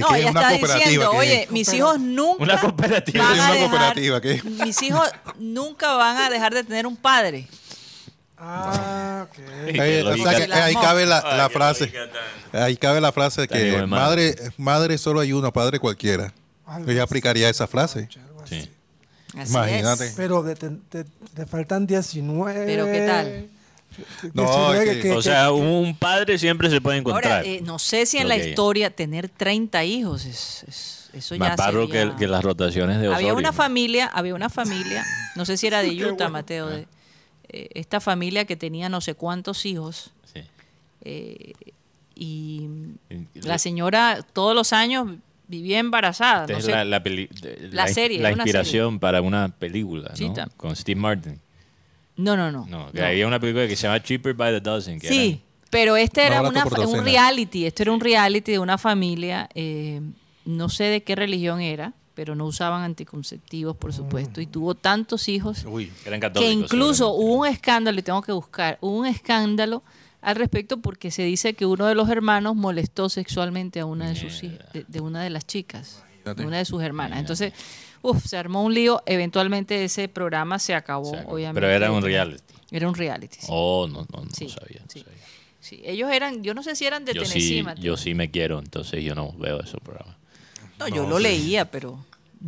Speaker 6: No,
Speaker 7: hay
Speaker 6: ella
Speaker 7: una
Speaker 6: está
Speaker 7: cooperativa
Speaker 6: diciendo,
Speaker 7: que-
Speaker 6: oye, mis hijos nunca
Speaker 5: una cooperativa.
Speaker 6: van
Speaker 7: Sí,
Speaker 6: a
Speaker 7: una
Speaker 6: dejar-
Speaker 7: cooperativa, ¿qué?
Speaker 6: mis hijos nunca van a dejar de tener un padre.
Speaker 4: Ah, ok.
Speaker 7: Ahí, Eh, o sea,
Speaker 4: eh,
Speaker 7: que ahí cabe la, la
Speaker 5: Ay, qué
Speaker 7: frase.
Speaker 5: lógica tan-
Speaker 7: Ahí cabe la frase
Speaker 5: Tan
Speaker 7: que
Speaker 5: hijo de
Speaker 7: madre,
Speaker 5: madre.
Speaker 7: madre solo hay una, padre cualquiera.
Speaker 4: Algo
Speaker 7: Ella
Speaker 4: así.
Speaker 7: aplicaría esa frase.
Speaker 4: Algo así.
Speaker 5: Sí.
Speaker 6: Así
Speaker 7: Imagínate.
Speaker 6: es.
Speaker 4: Pero de- te- te- le faltan 19.
Speaker 6: Pero ¿qué tal?
Speaker 7: No,
Speaker 4: 19
Speaker 7: es
Speaker 4: que-
Speaker 7: que-
Speaker 4: que-
Speaker 5: O sea, un padre siempre se puede encontrar.
Speaker 6: Ahora, eh, no sé si en
Speaker 5: Creo
Speaker 6: la
Speaker 5: que-
Speaker 6: historia tener 30 hijos es, es- eso ya
Speaker 5: Más barro
Speaker 6: sería-
Speaker 5: que, que las rotaciones de Osorio.
Speaker 6: Había una familia, había una familia, no sé si era de Utah, Mateo,
Speaker 7: Ah.
Speaker 6: de- eh, esta familia que tenía no sé cuántos hijos
Speaker 5: Sí.
Speaker 6: eh, y
Speaker 5: Y-
Speaker 6: la señora todos los años vivía embarazada,
Speaker 5: Esta
Speaker 6: no
Speaker 5: es
Speaker 6: sé,
Speaker 5: la, la peli- de-
Speaker 6: La
Speaker 5: in-
Speaker 6: serie,
Speaker 5: La
Speaker 6: una serie.
Speaker 5: inspiración para una película,
Speaker 6: Sí,
Speaker 5: ¿no?
Speaker 6: tam-
Speaker 5: Con Steve Martin.
Speaker 6: no, no, no,
Speaker 5: No, que
Speaker 6: no.
Speaker 5: había una película que se llama Cheaper by the Dozen. que
Speaker 6: Sí, pero este
Speaker 7: Más
Speaker 6: era
Speaker 7: barato
Speaker 6: una
Speaker 7: por
Speaker 6: fa- un
Speaker 7: docena.
Speaker 6: reality, esto era un reality de una familia, eh, no sé de qué religión era, pero no usaban anticonceptivos, por supuesto, y tuvo tantos hijos
Speaker 5: eran- Uy, eran
Speaker 6: que
Speaker 5: católicos.
Speaker 6: incluso
Speaker 5: seguramente.
Speaker 6: hubo un escándalo, y tengo que buscar, hubo un escándalo al respecto porque se dice que uno de los hermanos molestó sexualmente a una de sus hij- de, de una de las chicas, de una de sus hermanas. Entonces, uf, se armó un lío, eventualmente ese programa se acabó,
Speaker 5: Se acabó.
Speaker 6: obviamente.
Speaker 5: Pero era un reality.
Speaker 6: Era un reality. sí.
Speaker 5: Oh, no, no, no
Speaker 6: Sí,
Speaker 5: sabía. no
Speaker 6: sí.
Speaker 5: sabía.
Speaker 6: Sí, ellos eran, yo no sé si eran de
Speaker 5: Yo,
Speaker 6: Tennessee,
Speaker 5: sí,
Speaker 6: Mateo.
Speaker 5: yo sí me quiero, entonces yo no veo esos programas.
Speaker 6: no, yo lo leía, pero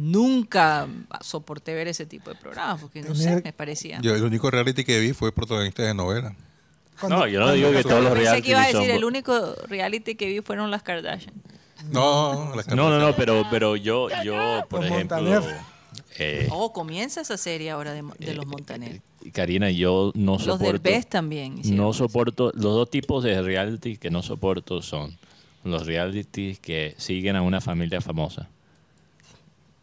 Speaker 6: nunca soporté ver ese tipo de programas porque no sé,
Speaker 4: Tener-
Speaker 6: me parecía.
Speaker 7: Yo el único reality que vi fue protagonista de novela.
Speaker 5: No, yo no digo que todos los
Speaker 6: Yo pensé
Speaker 5: reales
Speaker 6: que ibas a decir, el único reality que vi fueron las Kardashian.
Speaker 5: Eh.
Speaker 7: No, la
Speaker 5: No, no, no, pero, pero yo, yo por
Speaker 4: Los
Speaker 5: ejemplo,
Speaker 4: Montaner.
Speaker 5: eh,
Speaker 6: Oh, comienza esa serie ahora de, de los Montaner.
Speaker 5: Karina, yo Eh, no
Speaker 6: Los del
Speaker 5: soporto,
Speaker 6: Best también. hicieron.
Speaker 5: no soporto, los dos tipos de reality que no soporto son los realities que siguen a una familia famosa.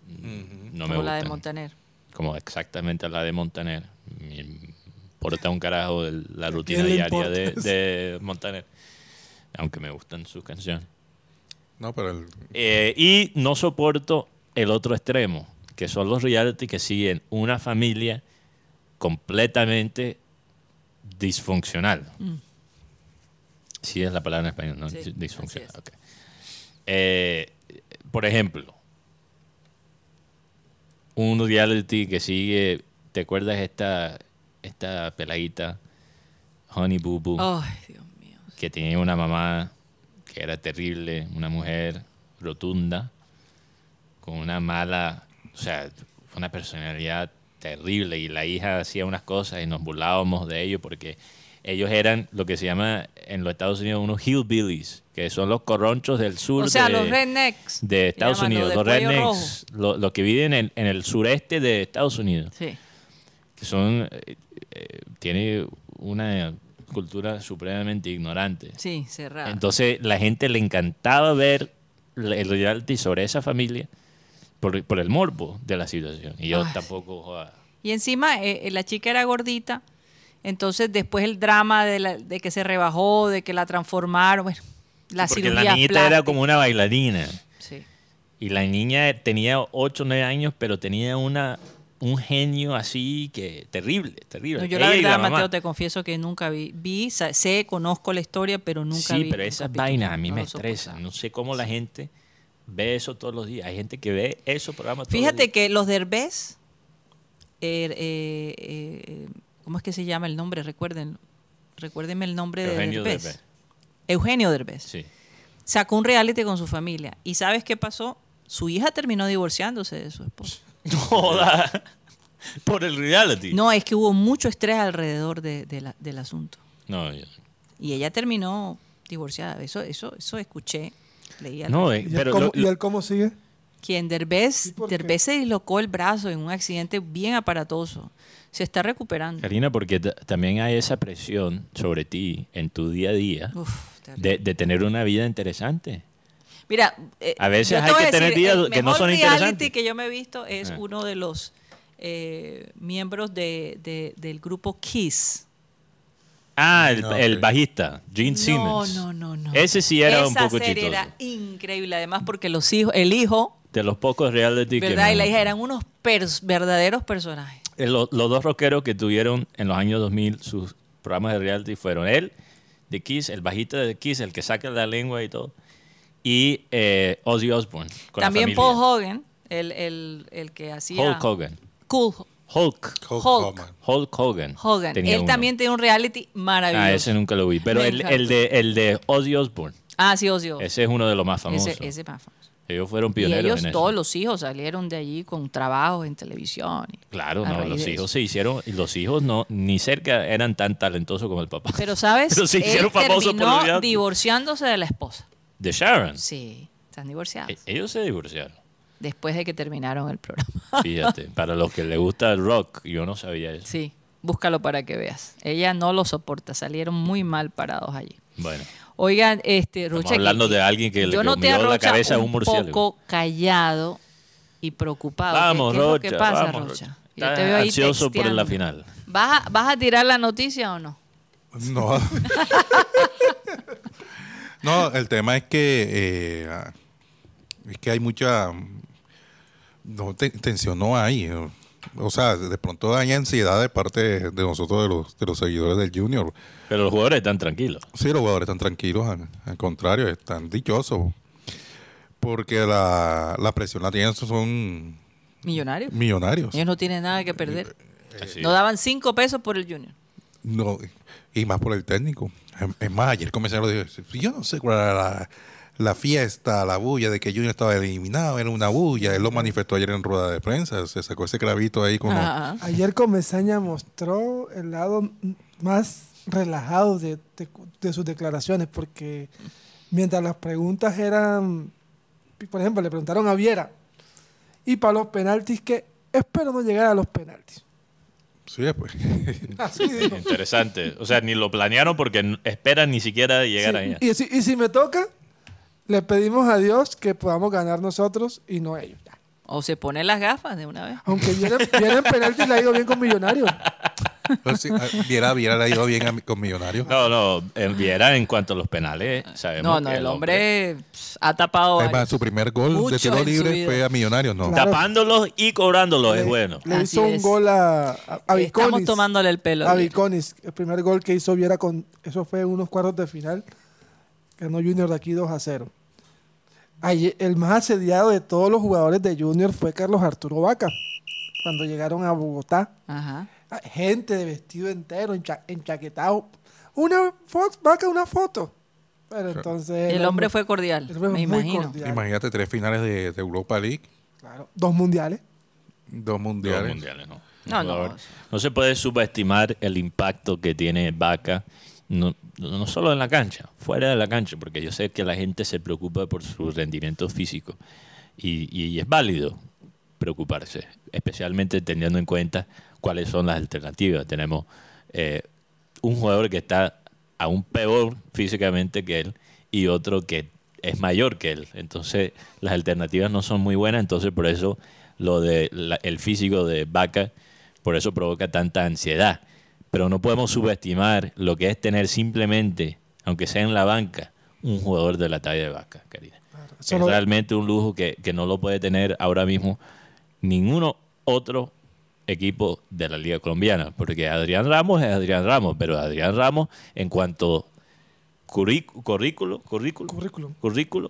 Speaker 5: No me
Speaker 6: como la de
Speaker 5: gustan.
Speaker 6: Montaner.
Speaker 5: Como exactamente la de Montaner. Me importa un carajo el- la rutina
Speaker 4: quién le
Speaker 5: diaria
Speaker 4: importa
Speaker 5: de,
Speaker 4: eso?
Speaker 5: de Montaner. Aunque me gustan sus canciones.
Speaker 7: No, pero el-
Speaker 5: Eh, y no soporto el otro extremo, que son los reality que siguen una familia completamente disfuncional. Mm. Sí es la palabra en español, ¿no?
Speaker 6: Sí,
Speaker 5: Dis- disfuncional.
Speaker 6: así
Speaker 5: ok. Eh, por ejemplo, un reality que sigue, ¿te acuerdas esta, esta peladita, Honey Boo Boo,
Speaker 6: Ay, Dios mío.
Speaker 5: que tenía una mamá que era terrible, una mujer rotunda, con una mala, o sea, una personalidad terrible y la hija hacía unas cosas y nos burlábamos de ellos porque ellos eran lo que se llama en los Estados Unidos unos hillbillies, que son los corronchos del sur.
Speaker 6: O sea,
Speaker 5: de-
Speaker 6: los rednecks.
Speaker 5: de Estados
Speaker 6: llaman,
Speaker 5: Unidos,
Speaker 6: de
Speaker 5: los
Speaker 6: cuello
Speaker 5: rednecks, lo- los que viven en, en el sureste de Estados Unidos,
Speaker 6: Sí.
Speaker 5: que son, eh, eh, tiene una cultura supremamente ignorante.
Speaker 6: Sí, cerrado.
Speaker 5: Entonces la gente le encantaba ver la- el reality sobre esa familia por, por el morbo de la situación. Y yo
Speaker 6: Ay.
Speaker 5: tampoco... joda.
Speaker 6: y encima eh, eh, la chica era gordita, entonces después el drama de, la- de que se rebajó, de que la transformaron, bueno, la
Speaker 5: Porque
Speaker 6: cirugía
Speaker 5: la niñita era
Speaker 6: plástica.
Speaker 5: como una bailarina.
Speaker 6: Sí.
Speaker 5: Y la niña tenía 8 o 9 años, pero tenía una, un genio así que terrible, terrible.
Speaker 6: No, yo la
Speaker 5: Ella y
Speaker 6: verdad,
Speaker 5: mamá.
Speaker 6: Mateo, te confieso que nunca vi, vi, sa- sé, conozco la historia, pero nunca
Speaker 5: sí,
Speaker 6: vi.
Speaker 5: pero
Speaker 6: un
Speaker 5: esas
Speaker 6: capítulo.
Speaker 5: vainas a mí
Speaker 6: No
Speaker 5: me
Speaker 6: lo soportaba.
Speaker 5: estresan. No sé cómo la gente ve eso todos los días. Hay gente que ve esos programas todos los
Speaker 6: Fíjate
Speaker 5: días.
Speaker 6: que los derbés, eh, eh, eh, ¿cómo es que se llama el nombre? Recuerden, recuérdenme el nombre
Speaker 5: Eugenio
Speaker 6: de Derbez.
Speaker 5: Derbez.
Speaker 6: Eugenio Derbez.
Speaker 5: Sí.
Speaker 6: Sacó un reality con su familia. ¿Y sabes qué pasó? Su hija terminó divorciándose de su esposo.
Speaker 5: Joda. Por el reality.
Speaker 6: No, es que hubo mucho estrés alrededor de- de la- del asunto.
Speaker 5: No, yo-
Speaker 6: Y ella terminó divorciada. Eso, eso, eso escuché. Leí algo.
Speaker 5: no, eh,
Speaker 4: ¿Y,
Speaker 5: pero
Speaker 4: el cómo,
Speaker 5: lo-
Speaker 4: y el cómo sigue?
Speaker 6: quien Derbez,
Speaker 4: ¿Y por qué?
Speaker 6: Derbez se dislocó el brazo en un accidente bien aparatoso. Se está recuperando.
Speaker 5: Karina, porque ta- también hay esa presión sobre ti en tu día a día
Speaker 6: Uf, terrible.
Speaker 5: de, de tener una vida interesante.
Speaker 6: Mira, eh,
Speaker 5: A veces
Speaker 6: yo te
Speaker 5: hay
Speaker 6: voy a
Speaker 5: que tener días
Speaker 6: el
Speaker 5: que no
Speaker 6: mejor
Speaker 5: son
Speaker 6: reality
Speaker 5: interesantes.
Speaker 6: que yo me he visto es
Speaker 5: Ah.
Speaker 6: uno de los eh, miembros de, de- del grupo Kiss.
Speaker 5: Ah, el,
Speaker 7: No,
Speaker 5: el
Speaker 7: ok.
Speaker 5: bajista, Gene Simmons.
Speaker 6: No, no, no, no.
Speaker 5: Ese sí era
Speaker 6: Esa
Speaker 5: un poco
Speaker 6: serie
Speaker 5: chistoso.
Speaker 6: era increíble, además porque los hijos, el hijo,
Speaker 5: De los pocos reality que.
Speaker 6: ¿verdad?
Speaker 5: me
Speaker 6: Y la hija
Speaker 5: gustan.
Speaker 6: eran unos pers- verdaderos personajes.
Speaker 5: Eh, lo- los dos rockeros que tuvieron en los años 2000 sus programas de reality fueron él, de Kiss, el bajista de Kiss, el que saca la lengua y todo, y eh, Ozzy Osbourne. Con la
Speaker 6: También
Speaker 5: familia.
Speaker 6: Paul Hogan, el, el, el que hacía
Speaker 5: Hulk Hogan.
Speaker 6: Cool
Speaker 5: Hulk.
Speaker 7: Hulk
Speaker 6: Hulk.
Speaker 7: Hogan.
Speaker 5: Hulk Hogan.
Speaker 6: Hogan.
Speaker 5: Tenía
Speaker 6: Él
Speaker 5: uno.
Speaker 6: también tiene un reality maravilloso.
Speaker 5: Ah, ese nunca lo vi. Pero
Speaker 6: Me
Speaker 5: el,
Speaker 6: encanta.
Speaker 5: el de, el de Ozzy Osbourne,
Speaker 6: Ah, sí, Ozzy Osbourne.
Speaker 5: ese es uno de los más famosos.
Speaker 6: Ese, ese más famoso.
Speaker 5: Ellos fueron
Speaker 6: Y
Speaker 5: pioneros
Speaker 6: ellos,
Speaker 5: en eso.
Speaker 6: todos los hijos salieron de allí con trabajos en televisión. y-
Speaker 5: Claro,
Speaker 6: a
Speaker 5: no,
Speaker 6: raíz
Speaker 5: los
Speaker 6: de
Speaker 5: hijos
Speaker 6: eso.
Speaker 5: se hicieron, y los hijos no, ni cerca eran tan talentosos como el papá.
Speaker 6: Pero, ¿sabes?
Speaker 5: Pero se hicieron
Speaker 6: Él
Speaker 5: famosos por
Speaker 6: terminó
Speaker 5: los reality.
Speaker 6: divorciándose de la esposa.
Speaker 5: De Sharon.
Speaker 6: Sí, están divorciados.
Speaker 5: E- Ellos se divorciaron.
Speaker 6: Después de que terminaron el programa.
Speaker 5: Fíjate, para los que les gusta el rock, yo no sabía eso.
Speaker 6: Sí, búscalo para que veas. Ella no lo soporta, salieron muy mal parados allí.
Speaker 5: Bueno,
Speaker 6: Oigan, este, Rocha,
Speaker 5: hablando de alguien que le
Speaker 6: yo noté a
Speaker 5: comió la
Speaker 6: Rocha
Speaker 5: cabeza a un
Speaker 6: un
Speaker 5: murciélago.
Speaker 6: poco callado y preocupado. ¿Qué-
Speaker 5: vamos,
Speaker 6: qué,
Speaker 5: Rocha.
Speaker 6: es lo que pasa,
Speaker 5: vamos,
Speaker 6: Rocha?
Speaker 5: Rocha.
Speaker 6: Yo
Speaker 5: Estás
Speaker 6: te veo ahí
Speaker 5: ansioso por la
Speaker 6: texteando.
Speaker 5: final.
Speaker 6: ¿Vas a, vas a tirar la noticia o no?
Speaker 7: No. no, el tema es que eh, ah, es que hay mucha mm, no, te- tensión no hay. eh. O sea, de pronto hay ansiedad de parte de nosotros, de los, de los seguidores del Junior.
Speaker 5: Pero los jugadores están tranquilos.
Speaker 7: Sí, los jugadores están tranquilos, al, al contrario, están dichosos. Porque la, la presión la tienen, son
Speaker 6: Millonarios.
Speaker 7: millonarios.
Speaker 6: Ellos no tienen nada que perder.
Speaker 7: Eh,
Speaker 5: Así
Speaker 6: No daban cinco pesos por el Junior.
Speaker 7: No, y más por el técnico. Es- Es más, ayer comenzaron a decir, yo no sé cuál era la, la fiesta, la bulla de que Junior estaba eliminado, era una bulla. Él lo manifestó ayer en rueda de prensa, se sacó ese clavito ahí como...
Speaker 6: Ajá.
Speaker 5: Ah.
Speaker 4: Ayer Comezaña mostró el lado más relajado de, de- de sus declaraciones, porque mientras las preguntas eran, por ejemplo, le preguntaron a Viera, y para los penaltis, que espero no llegar a los penaltis.
Speaker 7: Sí, pues.
Speaker 4: Así dijo.
Speaker 5: Interesante. O sea, ni lo planearon porque n- esperan ni siquiera llegar
Speaker 4: Sí,
Speaker 5: allá.
Speaker 4: y, si, y si me toca, le pedimos a Dios que podamos ganar nosotros y no ellos. Ya.
Speaker 6: O se pone las gafas de una vez.
Speaker 4: Aunque vienen, vienen penaltis, le ha ido bien con Millonarios.
Speaker 7: Pero sí, ah, Viera, Viera le ha ido bien a mi- con Millonarios.
Speaker 5: No, no, en Viera en cuanto a los penales, sabemos
Speaker 6: Ah. No, no,
Speaker 5: que
Speaker 6: el hombre pss, ha tapado.
Speaker 7: Es más,
Speaker 6: varios.
Speaker 7: su primer gol
Speaker 6: Mucho
Speaker 7: de tiro
Speaker 6: en su
Speaker 7: libre
Speaker 6: vida.
Speaker 7: fue a Millonarios, no.
Speaker 4: Claro.
Speaker 5: tapándolos y cobrándolos es bueno.
Speaker 4: Le
Speaker 6: Así
Speaker 4: hizo un
Speaker 6: es.
Speaker 4: gol a, a, a
Speaker 6: Estamos
Speaker 4: Viconis.
Speaker 6: tomándole el pelo.
Speaker 4: A
Speaker 6: Viera.
Speaker 4: Viconis. El primer gol que hizo Viera con. Eso fue en unos cuartos de final. Ganó Junior de aquí 2 a 0. Ahí el más asediado de todos los jugadores de Junior fue Carlos Arturo Vaca, cuando llegaron a Bogotá.
Speaker 6: Ajá.
Speaker 4: Ah, Gente de vestido entero, encha- enchaquetado. Una foto, Vaca, una foto. Pero entonces...
Speaker 6: El hombre fue cordial,
Speaker 4: el hombre
Speaker 6: me
Speaker 4: fue muy
Speaker 6: imagino.
Speaker 4: cordial,
Speaker 7: Imagínate tres finales de, de Europa League,
Speaker 4: claro. Dos mundiales.
Speaker 7: dos
Speaker 5: Los
Speaker 7: mundiales.
Speaker 5: mundiales, ¿no? Un
Speaker 6: No, no.
Speaker 5: jugador- no se puede subestimar el impacto que tiene Vaca, no, no solo en la cancha, fuera de la cancha, porque yo sé que la gente se preocupa por su rendimiento físico y, y es válido preocuparse, especialmente teniendo en cuenta cuáles son las alternativas. Tenemos eh, un jugador que está aún peor físicamente que él y otro que es mayor que él. Entonces las alternativas no son muy buenas, entonces por eso lo de la- el físico de Vaca, por eso provoca tanta ansiedad. Pero no podemos subestimar lo que es tener simplemente, aunque sea en la banca, un jugador de la talla de Vaca, querida.
Speaker 4: Solo-
Speaker 5: Es realmente un lujo que, que no lo puede tener ahora mismo ninguno otro equipo de la Liga Colombiana, porque Adrián Ramos es Adrián Ramos, pero Adrián Ramos en cuanto curri- currículo, currículo,
Speaker 4: Currículum.
Speaker 5: currículo,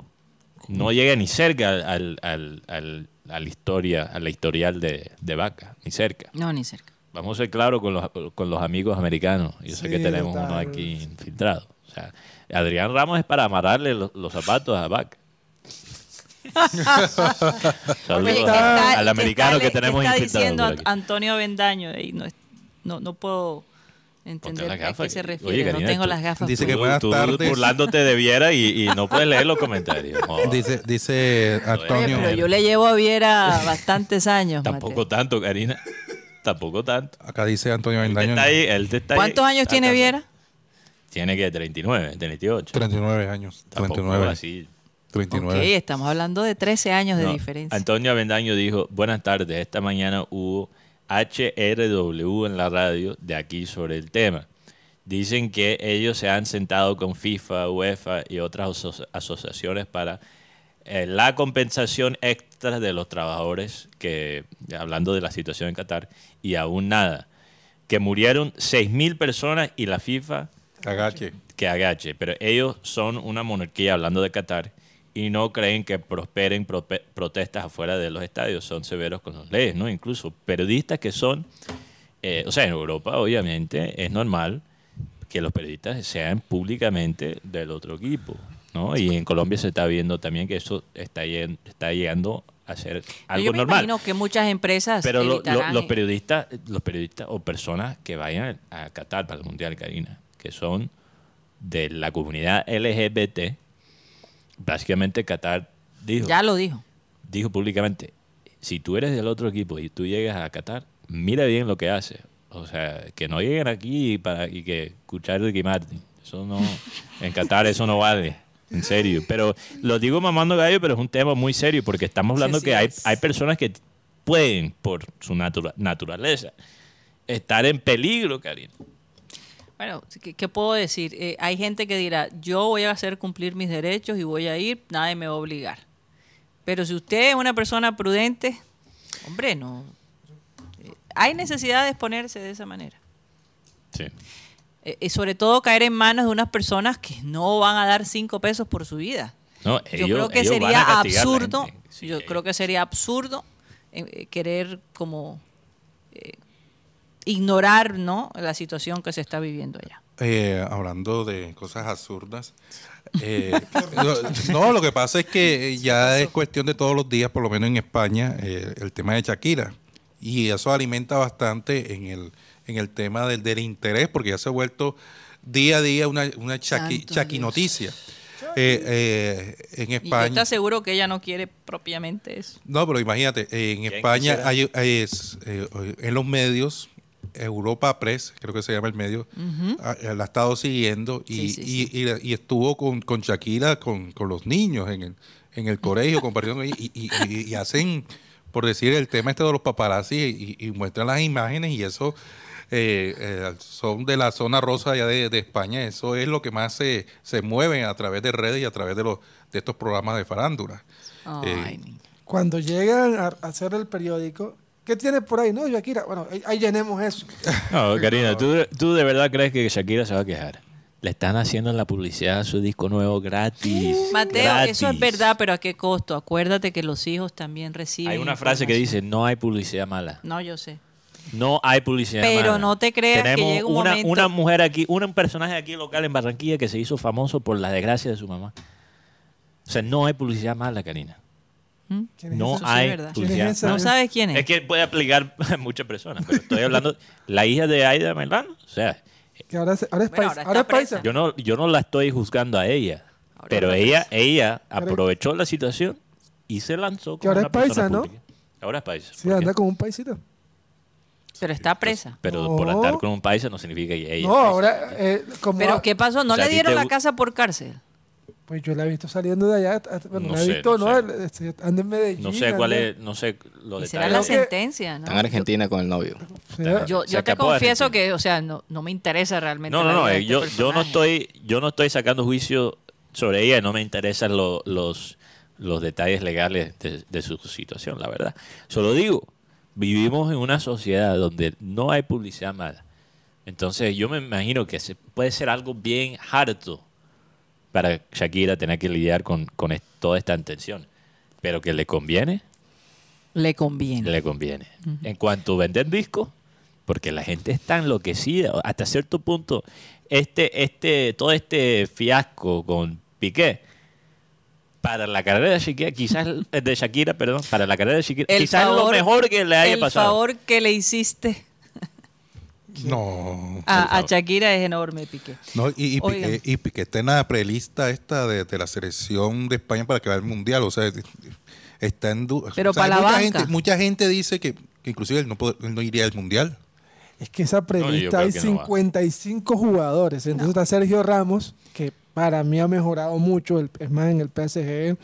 Speaker 5: no llega ni cerca al, al- al- a la historia, a la historial de, de Vaca, ni cerca.
Speaker 6: No, ni cerca.
Speaker 5: Vamos a ser claros con los, con los amigos americanos. Yo sé que
Speaker 4: Sí,
Speaker 5: tenemos
Speaker 4: total.
Speaker 5: uno aquí infiltrado. O sea, Adrián Ramos es para amarrarle los, los zapatos a Vaca. Saludos
Speaker 6: Oye, ¿qué
Speaker 5: a-
Speaker 6: tal-
Speaker 5: al
Speaker 6: qué
Speaker 5: americano
Speaker 6: tal-
Speaker 5: que tenemos
Speaker 6: ¿qué está
Speaker 5: infiltrado.
Speaker 6: diciendo
Speaker 5: por
Speaker 6: Ant-
Speaker 5: aquí.
Speaker 6: Antonio Bendaño? Ey, no, es- no, no puedo entender
Speaker 5: las
Speaker 6: a qué
Speaker 5: gafas.
Speaker 6: se
Speaker 5: Oye,
Speaker 6: refiere.
Speaker 5: Karina,
Speaker 6: no tengo
Speaker 5: tú-
Speaker 6: las gafas.
Speaker 7: dice
Speaker 5: Tú-
Speaker 7: que buenas
Speaker 5: tú
Speaker 7: tardes.
Speaker 5: burlándote de Viera y, y no puedes leer los comentarios. Joder,
Speaker 7: Dice, dice
Speaker 6: Oye,
Speaker 7: Antonio.
Speaker 6: pero yo le llevo a Viera bastantes años.
Speaker 5: tampoco
Speaker 6: Mateo.
Speaker 5: tanto, Karina. Tampoco tanto.
Speaker 7: Acá dice Antonio
Speaker 5: Él te
Speaker 7: Bendaño,
Speaker 5: está ahí, él te está ahí.
Speaker 6: ¿Cuántos años tiene
Speaker 5: Está-
Speaker 6: Viera?
Speaker 5: Tiene que 39, 38.
Speaker 7: 39 años.
Speaker 5: Tampoco
Speaker 7: 39.
Speaker 5: así.
Speaker 6: Ok,
Speaker 7: 39.
Speaker 6: estamos hablando de 13 años de
Speaker 5: No,
Speaker 6: diferencia.
Speaker 5: Antonio Avendaño dijo, buenas tardes, esta mañana hubo HRW en la radio de aquí sobre el tema. Dicen que ellos se han sentado con FIFA, UEFA y otras aso- asociaciones para eh, la compensación extra de los trabajadores, que hablando de la situación en Qatar, y aún nada. Que murieron 6.000 personas y la FIFA
Speaker 7: Agache.
Speaker 5: que agache, pero ellos son una monarquía, hablando de Qatar, y no creen que prosperen prope- protestas afuera de los estadios, son severos con las leyes, ¿no? Incluso periodistas que son, eh, o sea, en Europa obviamente es normal que los periodistas sean públicamente del otro equipo, ¿no? Y en Colombia se está viendo también que eso está, llen- está llegando a ser algo
Speaker 6: Yo me
Speaker 5: normal.
Speaker 6: imagino que muchas empresas
Speaker 5: Pero lo- lo-
Speaker 6: evitarán-
Speaker 5: los periodistas, los periodistas o personas que vayan a Qatar para el Mundial, Karina, que son de la comunidad LGBT, básicamente Qatar dijo,
Speaker 6: Ya lo dijo.
Speaker 5: dijo públicamente, si tú eres del otro equipo y tú llegas a Qatar, mira bien lo que haces. O sea, que no lleguen aquí para, y que escuchar Ricky Martin. Eso no, en Qatar eso no vale. En serio. Pero lo digo mamando gallo, pero es un tema muy serio porque estamos hablando
Speaker 6: Sí,
Speaker 5: que
Speaker 6: sí
Speaker 5: hay,
Speaker 6: es.
Speaker 5: hay personas que pueden, por su natura- naturaleza, estar en peligro, Karina.
Speaker 6: Bueno, ¿qué, qué puedo decir? Eh, hay gente que dirá, yo voy a hacer cumplir mis derechos y voy a ir, nadie me va a obligar. Pero si usted es una persona prudente, hombre, no. Eh, hay necesidad de exponerse de esa manera.
Speaker 5: Sí.
Speaker 6: Eh, y sobre todo caer en manos de unas personas que no van a dar cinco pesos por su vida.
Speaker 5: No,
Speaker 6: yo
Speaker 5: ellos-
Speaker 6: creo que
Speaker 5: ellos van a
Speaker 6: sería
Speaker 5: castigar a la
Speaker 6: absurdo.
Speaker 5: gente. Sí,
Speaker 6: yo
Speaker 5: ellos-
Speaker 6: creo que sería absurdo eh, eh, querer como eh, ignorar, ¿no? La situación que se está viviendo allá.
Speaker 7: Eh, hablando de cosas absurdas. eh, lo- no, lo que pasa es que eh, ya es cuestión de todos los días, por lo menos en España, eh, el tema de Shakira. Y eso alimenta bastante en el, en el tema del, del interés, porque ya se ha vuelto día a día una, una chaqui,
Speaker 6: Santo
Speaker 7: chaquinoticia. Eh, eh, en
Speaker 6: Y yo
Speaker 7: España.
Speaker 6: te aseguro que ella no quiere propiamente eso.
Speaker 7: No, pero imagínate, eh, en
Speaker 5: ¿Quién
Speaker 7: España
Speaker 5: quisiera?
Speaker 7: hay, hay es, eh, en los medios, Europa Press, creo que se llama el medio, ha- eh, la ha estado siguiendo y,
Speaker 6: Sí, sí, sí.
Speaker 7: y- y- y estuvo con, con Shakira, con, con los niños en el, en el colegio, compartiendo y, y- y- y- y hacen, por decir, el tema este de los paparazzi y, y muestran las imágenes y eso. eh, eh, son de la zona rosa allá de, de España, eso es lo que más se, se mueve a través de redes y a través de los de estos programas de farándula.
Speaker 6: Ay, niña.
Speaker 4: Cuando llegan a a hacer el periódico, ¿qué tiene por ahí? No, Shakira. Bueno, ahí, ahí llenemos eso.
Speaker 5: No, Karina, ¿tú, tú de verdad crees que Shakira se va a quejar. Le están haciendo la publicidad a su disco nuevo gratis.
Speaker 6: Mateo, eso es
Speaker 5: gratis.
Speaker 6: verdad, pero ¿a qué costo? Acuérdate que los hijos también reciben.
Speaker 5: Hay una frase que
Speaker 6: información.
Speaker 5: dice, no hay publicidad mala.
Speaker 6: No, yo sé.
Speaker 5: No hay publicidad
Speaker 6: Pero
Speaker 5: mala.
Speaker 6: no te creas que
Speaker 5: Tenemos
Speaker 6: llega un
Speaker 5: una,
Speaker 6: momento-
Speaker 5: una mujer aquí, un personaje aquí local en Barranquilla que se hizo famoso por la desgracia de su mamá. O sea, no hay publicidad mala, Karina.
Speaker 4: ¿Quién es
Speaker 5: no ah.
Speaker 4: esa?
Speaker 6: sí
Speaker 5: hay
Speaker 6: es verdad.
Speaker 4: ¿Quién es
Speaker 5: publicidad
Speaker 4: esa?
Speaker 6: ¿No
Speaker 5: mala.
Speaker 6: sabes quién es?
Speaker 5: Es que puede aplicar a muchas personas, pero estoy hablando la hija de Aida Melano, o sea,
Speaker 4: Que ahora, se- ahora es
Speaker 6: Bueno, ahora está
Speaker 4: paisa. ahora es paisa.
Speaker 6: presa.
Speaker 5: yo no yo no la estoy juzgando a ella,
Speaker 6: Ahora
Speaker 5: pero
Speaker 6: otra
Speaker 5: ella ella
Speaker 4: Ahora-
Speaker 5: aprovechó la situación y se lanzó
Speaker 4: Que
Speaker 5: como
Speaker 4: ahora
Speaker 5: una
Speaker 4: es paisa,
Speaker 5: persona
Speaker 4: ¿no?
Speaker 5: pública. Ahora es paisa.
Speaker 4: Sí,
Speaker 5: ¿por qué?
Speaker 4: anda con un paisito.
Speaker 6: Pero está presa.
Speaker 5: Pero
Speaker 4: No.
Speaker 5: por andar con un paisa no significa que ella.
Speaker 4: no,
Speaker 5: es
Speaker 4: ahora, eh, como.
Speaker 6: ¿Pero qué pasó? ¿No
Speaker 5: O sea, a
Speaker 6: le
Speaker 5: ti
Speaker 6: dieron
Speaker 5: te
Speaker 6: la
Speaker 5: gu-
Speaker 6: casa por cárcel?
Speaker 4: Pues yo la he visto saliendo de allá. hasta- Bueno,
Speaker 5: No
Speaker 4: la he
Speaker 5: sé,
Speaker 4: visto,
Speaker 5: no
Speaker 4: ¿no?
Speaker 5: sé.
Speaker 4: El- este, Anda en Medellín.
Speaker 5: No sé cuál
Speaker 4: anda-
Speaker 5: es, no sé los
Speaker 6: Y
Speaker 5: detalles.
Speaker 6: será la
Speaker 4: Creo que-
Speaker 6: sentencia,
Speaker 3: Está en
Speaker 6: ¿no?
Speaker 3: Argentina con el novio.
Speaker 4: Sí,
Speaker 6: Yo,
Speaker 5: Se
Speaker 6: yo te
Speaker 5: escapó de
Speaker 6: confieso
Speaker 5: Argentina.
Speaker 6: que, o sea, no, no me interesa realmente.
Speaker 5: No, no,
Speaker 6: la
Speaker 5: no.
Speaker 6: vida de
Speaker 5: eh,
Speaker 6: este
Speaker 5: Yo, yo no
Speaker 6: personaje.
Speaker 5: estoy, yo no estoy sacando juicio sobre ella. No me interesan lo- los, los detalles legales de, de su situación, la verdad. Solo digo, vivimos en una sociedad donde no hay publicidad mala. Entonces yo me imagino que se- puede ser algo bien harto para Shakira tener que lidiar con, con es- toda esta intención. Pero que le conviene,
Speaker 6: Le conviene.
Speaker 5: le conviene. En cuanto a vender discos, porque la gente está enloquecida. Hasta cierto punto, este, este, todo este fiasco con Piqué, para la carrera de Shakira, quizás eh, de Shakira, perdón, para la carrera de Shakira,
Speaker 6: El
Speaker 5: quizás es lo
Speaker 6: favor-
Speaker 5: mejor que le haya
Speaker 6: el
Speaker 5: pasado.
Speaker 6: favor que le hiciste
Speaker 7: No.
Speaker 6: a, a Shakira es enorme, Piqué.
Speaker 7: No, y, y,
Speaker 6: Oigan.
Speaker 7: Piqué, y Piqué está en la prelista esta de, de la selección de España para que vaya al mundial. O sea, está en. du-
Speaker 6: Pero
Speaker 7: o sea,
Speaker 6: para la
Speaker 7: mucha
Speaker 6: banca.
Speaker 7: Gente, mucha gente dice que, que inclusive él no, pod- él no iría al mundial.
Speaker 4: Es que esa prelista
Speaker 5: creo
Speaker 4: hay
Speaker 5: que no va.
Speaker 4: 55 jugadores. Entonces está Sergio Ramos, que para mí ha mejorado mucho. el- Es más, en el PSG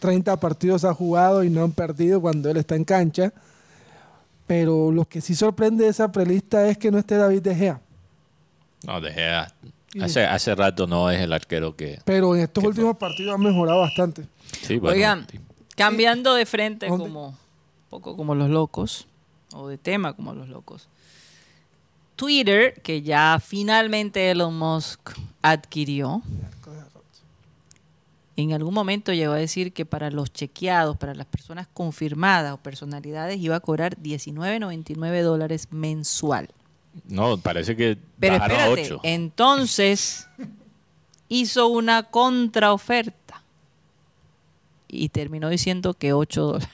Speaker 4: 30 partidos ha jugado y no han perdido cuando él está en cancha. Pero lo que sí sorprende de esa prelista es que no esté David De Gea.
Speaker 5: No, De Gea, Hace, hace rato no es el arquero que.
Speaker 4: Pero en estos últimos partidos ha mejorado bastante.
Speaker 5: Sí, bueno,
Speaker 6: Oigan, cambiando de frente
Speaker 4: ¿Dónde?
Speaker 6: como un poco como los locos, o de tema como los locos. Twitter, que ya finalmente Elon Musk adquirió, en algún momento llegó a decir que para los chequeados, para las personas confirmadas o personalidades, iba a cobrar 19.99 dólares mensual.
Speaker 5: no, parece que
Speaker 6: Pero
Speaker 5: bajaron a
Speaker 6: espérate, eh,
Speaker 5: 8.
Speaker 6: entonces hizo una contraoferta y terminó diciendo que 8 dólares.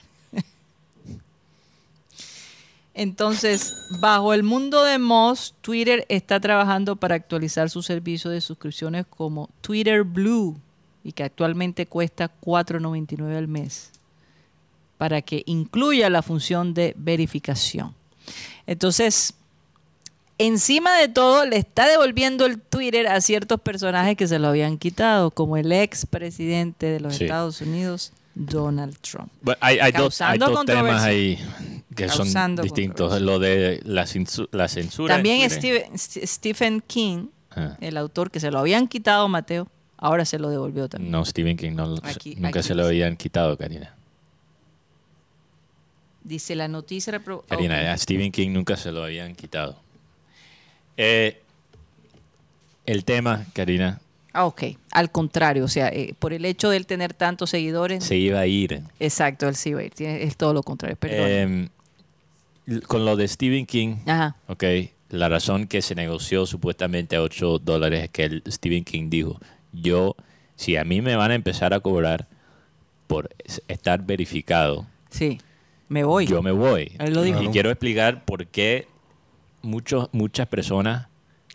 Speaker 6: Entonces, bajo el mundo de Moss, Twitter está trabajando para actualizar su servicio de suscripciones como Twitter Blue y que actualmente cuesta 4.99 al mes para que incluya la función de verificación. Entonces, Encima de todo, le está devolviendo el Twitter a ciertos personajes que se lo habían quitado, como el ex presidente de los
Speaker 5: Sí.
Speaker 6: Estados Unidos, Donald Trump.
Speaker 5: Bueno, hay, hay dos, hay
Speaker 6: Causando
Speaker 5: dos temas
Speaker 6: controversia.
Speaker 5: ahí que son
Speaker 6: Causando
Speaker 5: distintos.
Speaker 6: controversia.
Speaker 5: Lo de la, cinsu- la censura.
Speaker 6: También
Speaker 5: en Twitter.
Speaker 6: Steven- S- Stephen King,
Speaker 5: Ah.
Speaker 6: el autor que se lo habían quitado, Mateo, ahora se lo devolvió también.
Speaker 5: No, Stephen King no, lo-
Speaker 6: Aquí-
Speaker 5: nunca
Speaker 6: aquí
Speaker 5: se lo
Speaker 6: dice.
Speaker 5: habían quitado, Karina.
Speaker 6: Dice la noticia. repro-
Speaker 5: Karina,
Speaker 6: Ok.
Speaker 5: a Stephen King nunca se lo habían quitado. Eh, el tema, Karina,
Speaker 6: Ah, ok. Al contrario, o sea, eh, por el hecho de él tener tantos seguidores.
Speaker 5: se iba a ir.
Speaker 6: Exacto, él sí va a ir. Tiene- Es todo lo contrario, perdón. Ah.
Speaker 5: Eh, l- con lo de Stephen King,
Speaker 6: Ajá.
Speaker 5: ok, la razón que se negoció supuestamente a 8 dólares es que el Stephen King dijo, yo, si a mí me van a empezar a cobrar por es- estar verificado,
Speaker 6: Sí. Me voy.
Speaker 5: yo me voy.
Speaker 6: Él lo dijo.
Speaker 5: Y quiero explicar por qué muchos, muchas personas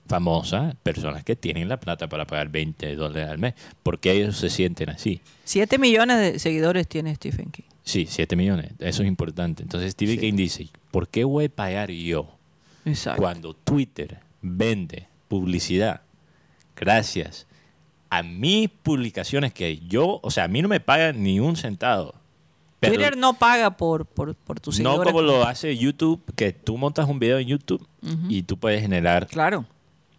Speaker 5: famosas, personas que tienen la plata para pagar 20 dólares al mes, por qué ellos se sienten así.
Speaker 6: Siete millones de seguidores tiene Stephen King.
Speaker 5: Sí, 7 millones, eso es importante. Entonces Stephen King dice, ¿por qué voy a pagar yo
Speaker 6: Exacto.
Speaker 5: cuando Twitter vende publicidad gracias a mis publicaciones que yo, o sea, a mí no me pagan ni un centavo. Pero-
Speaker 6: Twitter no paga por, por, por tus
Speaker 5: No
Speaker 6: seguidores.
Speaker 5: como lo hace YouTube, que tú montas un video en YouTube y tú puedes generar
Speaker 6: Claro.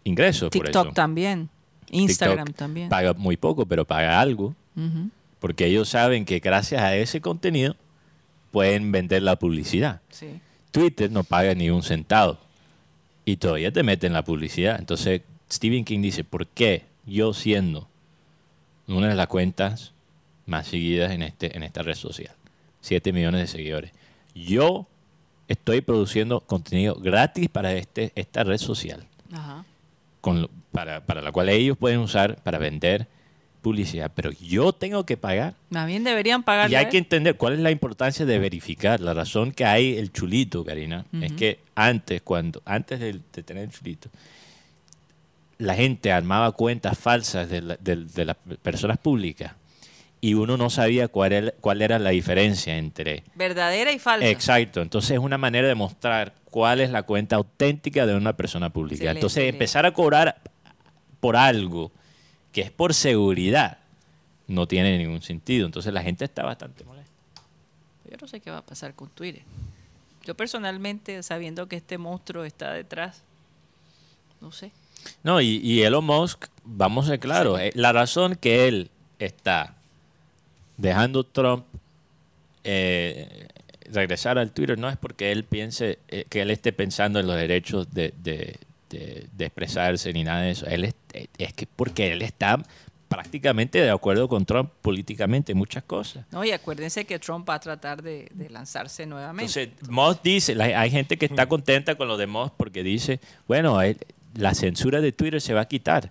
Speaker 5: ingresos por
Speaker 6: TikTok
Speaker 5: eso.
Speaker 6: también. Instagram
Speaker 5: TikTok
Speaker 6: también.
Speaker 5: Paga muy poco, pero paga algo.
Speaker 6: Ujú.
Speaker 5: Porque ellos saben que gracias a ese contenido pueden vender la publicidad.
Speaker 6: Sí.
Speaker 5: Twitter no paga ni un centavo. Y todavía te meten la publicidad. Entonces, Stephen King dice, ¿por qué yo siendo una de las cuentas más seguidas en, este, en esta red social. 7 millones de seguidores. Yo estoy produciendo contenido gratis para este, esta red social,
Speaker 6: Ajá.
Speaker 5: con lo- para, para la cual ellos pueden usar para vender publicidad, pero yo tengo que pagar.
Speaker 6: Más bien deberían pagar.
Speaker 5: Y hay que entender cuál es la importancia de verificar. La razón que hay el chulito, Karina, es que antes, cuando, antes de, de tener el chulito, la gente armaba cuentas falsas de, la- de- de las personas públicas y uno no sabía cuál era, cuál era la diferencia entre...
Speaker 6: Verdadera y falsa.
Speaker 5: Exacto, entonces es una manera de mostrar cuál es la cuenta auténtica de una persona pública.
Speaker 6: Excelente,
Speaker 5: entonces
Speaker 6: excelente.
Speaker 5: empezar a cobrar por algo que es por seguridad no tiene ningún sentido. Entonces la gente está bastante molesta.
Speaker 6: Yo no sé qué va a pasar con Twitter. Yo personalmente, sabiendo que este monstruo está detrás, no sé.
Speaker 5: No, y, y Elon Musk, vamos a ser claros, eh, la razón que él está dejando Trump eh, regresar al Twitter no es porque él piense eh, que él esté pensando en los derechos de, de- de- de expresarse ni nada de eso. Él es, eh, es que porque él está prácticamente de acuerdo con Trump políticamente en muchas cosas.
Speaker 6: No, y acuérdense que Trump va a tratar de, de lanzarse nuevamente.
Speaker 5: Entonces, Moss dice, la- hay gente que
Speaker 6: Mm.
Speaker 5: está contenta con lo de Moss porque dice, bueno, él- la censura de Twitter se va a quitar.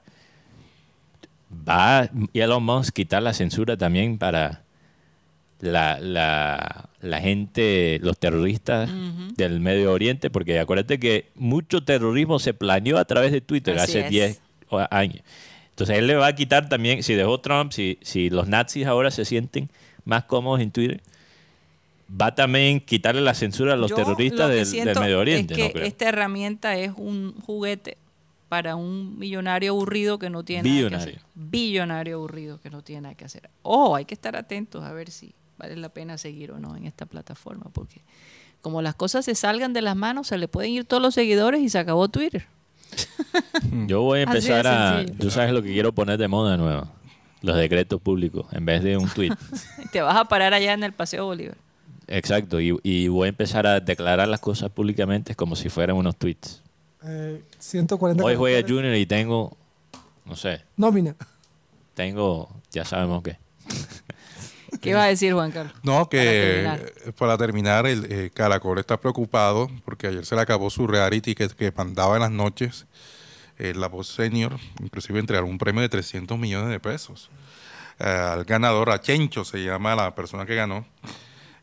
Speaker 5: Va a Elon Musk quitar la censura también para la, la- la gente, los terroristas del Medio Oriente, porque acuérdate que mucho terrorismo se planeó a través de Twitter
Speaker 6: Así
Speaker 5: hace
Speaker 6: es.
Speaker 5: 10 o- años. Entonces él le va a quitar también, si dejó Trump, si, si los nazis ahora se sienten más cómodos en Twitter, va también quitarle la censura a los
Speaker 6: Yo
Speaker 5: terroristas
Speaker 6: lo que
Speaker 5: del,
Speaker 6: siento
Speaker 5: del Medio Oriente.
Speaker 6: Es que
Speaker 5: ¿no? Creo.
Speaker 6: esta herramienta es un juguete para un millonario aburrido que no tiene nada que
Speaker 5: Billonario.
Speaker 6: hacer. Billonario aburrido que no tiene nada que hacer. Ojo, hay que estar atentos a ver si vale la pena seguir o no en esta plataforma, porque como las cosas se salgan de las manos, se le pueden ir todos los seguidores y se acabó Twitter.
Speaker 5: Yo voy a
Speaker 6: Así de
Speaker 5: empezar a...
Speaker 6: sencillo.
Speaker 5: Tú sabes lo que quiero poner de moda nuevo. Los decretos públicos, en vez de un tweet.
Speaker 6: Te vas a parar allá en el Paseo Bolívar.
Speaker 5: Exacto, y, y voy a empezar a declarar las cosas públicamente como si fueran unos tweets.
Speaker 4: Eh, 140
Speaker 5: Hoy juega Junior y tengo, no sé,
Speaker 4: Nómina.
Speaker 5: tengo, ya sabemos qué.
Speaker 6: ¿Qué va a decir Juan Carlos?
Speaker 7: No, que
Speaker 6: Para
Speaker 7: eh, para terminar, el eh, Caracol está preocupado porque ayer se le acabó su reality que, que mandaba en las noches. Eh, la voz senior, inclusive entregaron un premio de 300 millones de pesos eh, al ganador, a Chencho se llama la persona que ganó,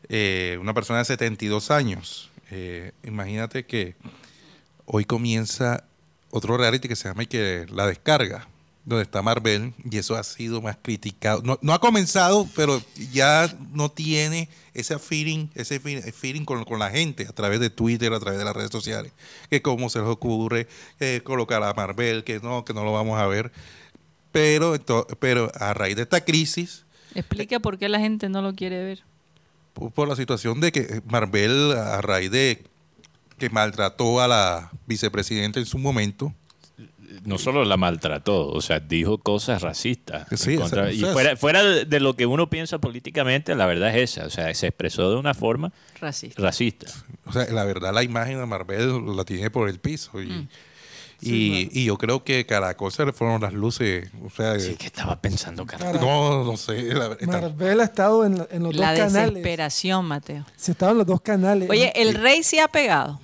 Speaker 7: eh, una persona de 72 años. Eh, imagínate que hoy comienza otro reality que se llama y que La Descarga, donde está Marvel, y eso ha sido más criticado. No, no ha comenzado, pero ya no tiene ese feeling, ese fe- feeling con, con la gente a través de Twitter, a través de las redes sociales, que cómo se les ocurre eh, colocar a Marvel, que no, que no lo vamos a ver. Pero, ento- pero a raíz de esta crisis,
Speaker 6: Explica por qué la gente no lo quiere ver.
Speaker 7: por, por la situación de que Marvel, a raíz de que maltrató a la vicepresidenta en su momento,
Speaker 5: no solo la maltrató, o sea, dijo cosas racistas.
Speaker 7: Sí,
Speaker 5: en contra-
Speaker 7: o sea,
Speaker 5: y
Speaker 7: o sea,
Speaker 5: fuera, fuera de de lo que uno piensa políticamente, la verdad es esa. O sea, se expresó de una forma
Speaker 6: Racista.
Speaker 5: racista.
Speaker 7: o sea, la verdad la imagen de Marvel la tiene por el piso. Y, y, y yo creo que Caracol se le fueron las luces. O sea,
Speaker 5: Sí, que estaba pensando, carajo.
Speaker 7: no, no sé. la verdad,
Speaker 4: Marvel ha estado en, en los
Speaker 6: La
Speaker 4: dos canales. Eh,
Speaker 6: desesperación, Mateo.
Speaker 4: Se estaban los dos canales.
Speaker 6: Oye, el rey se ha pegado.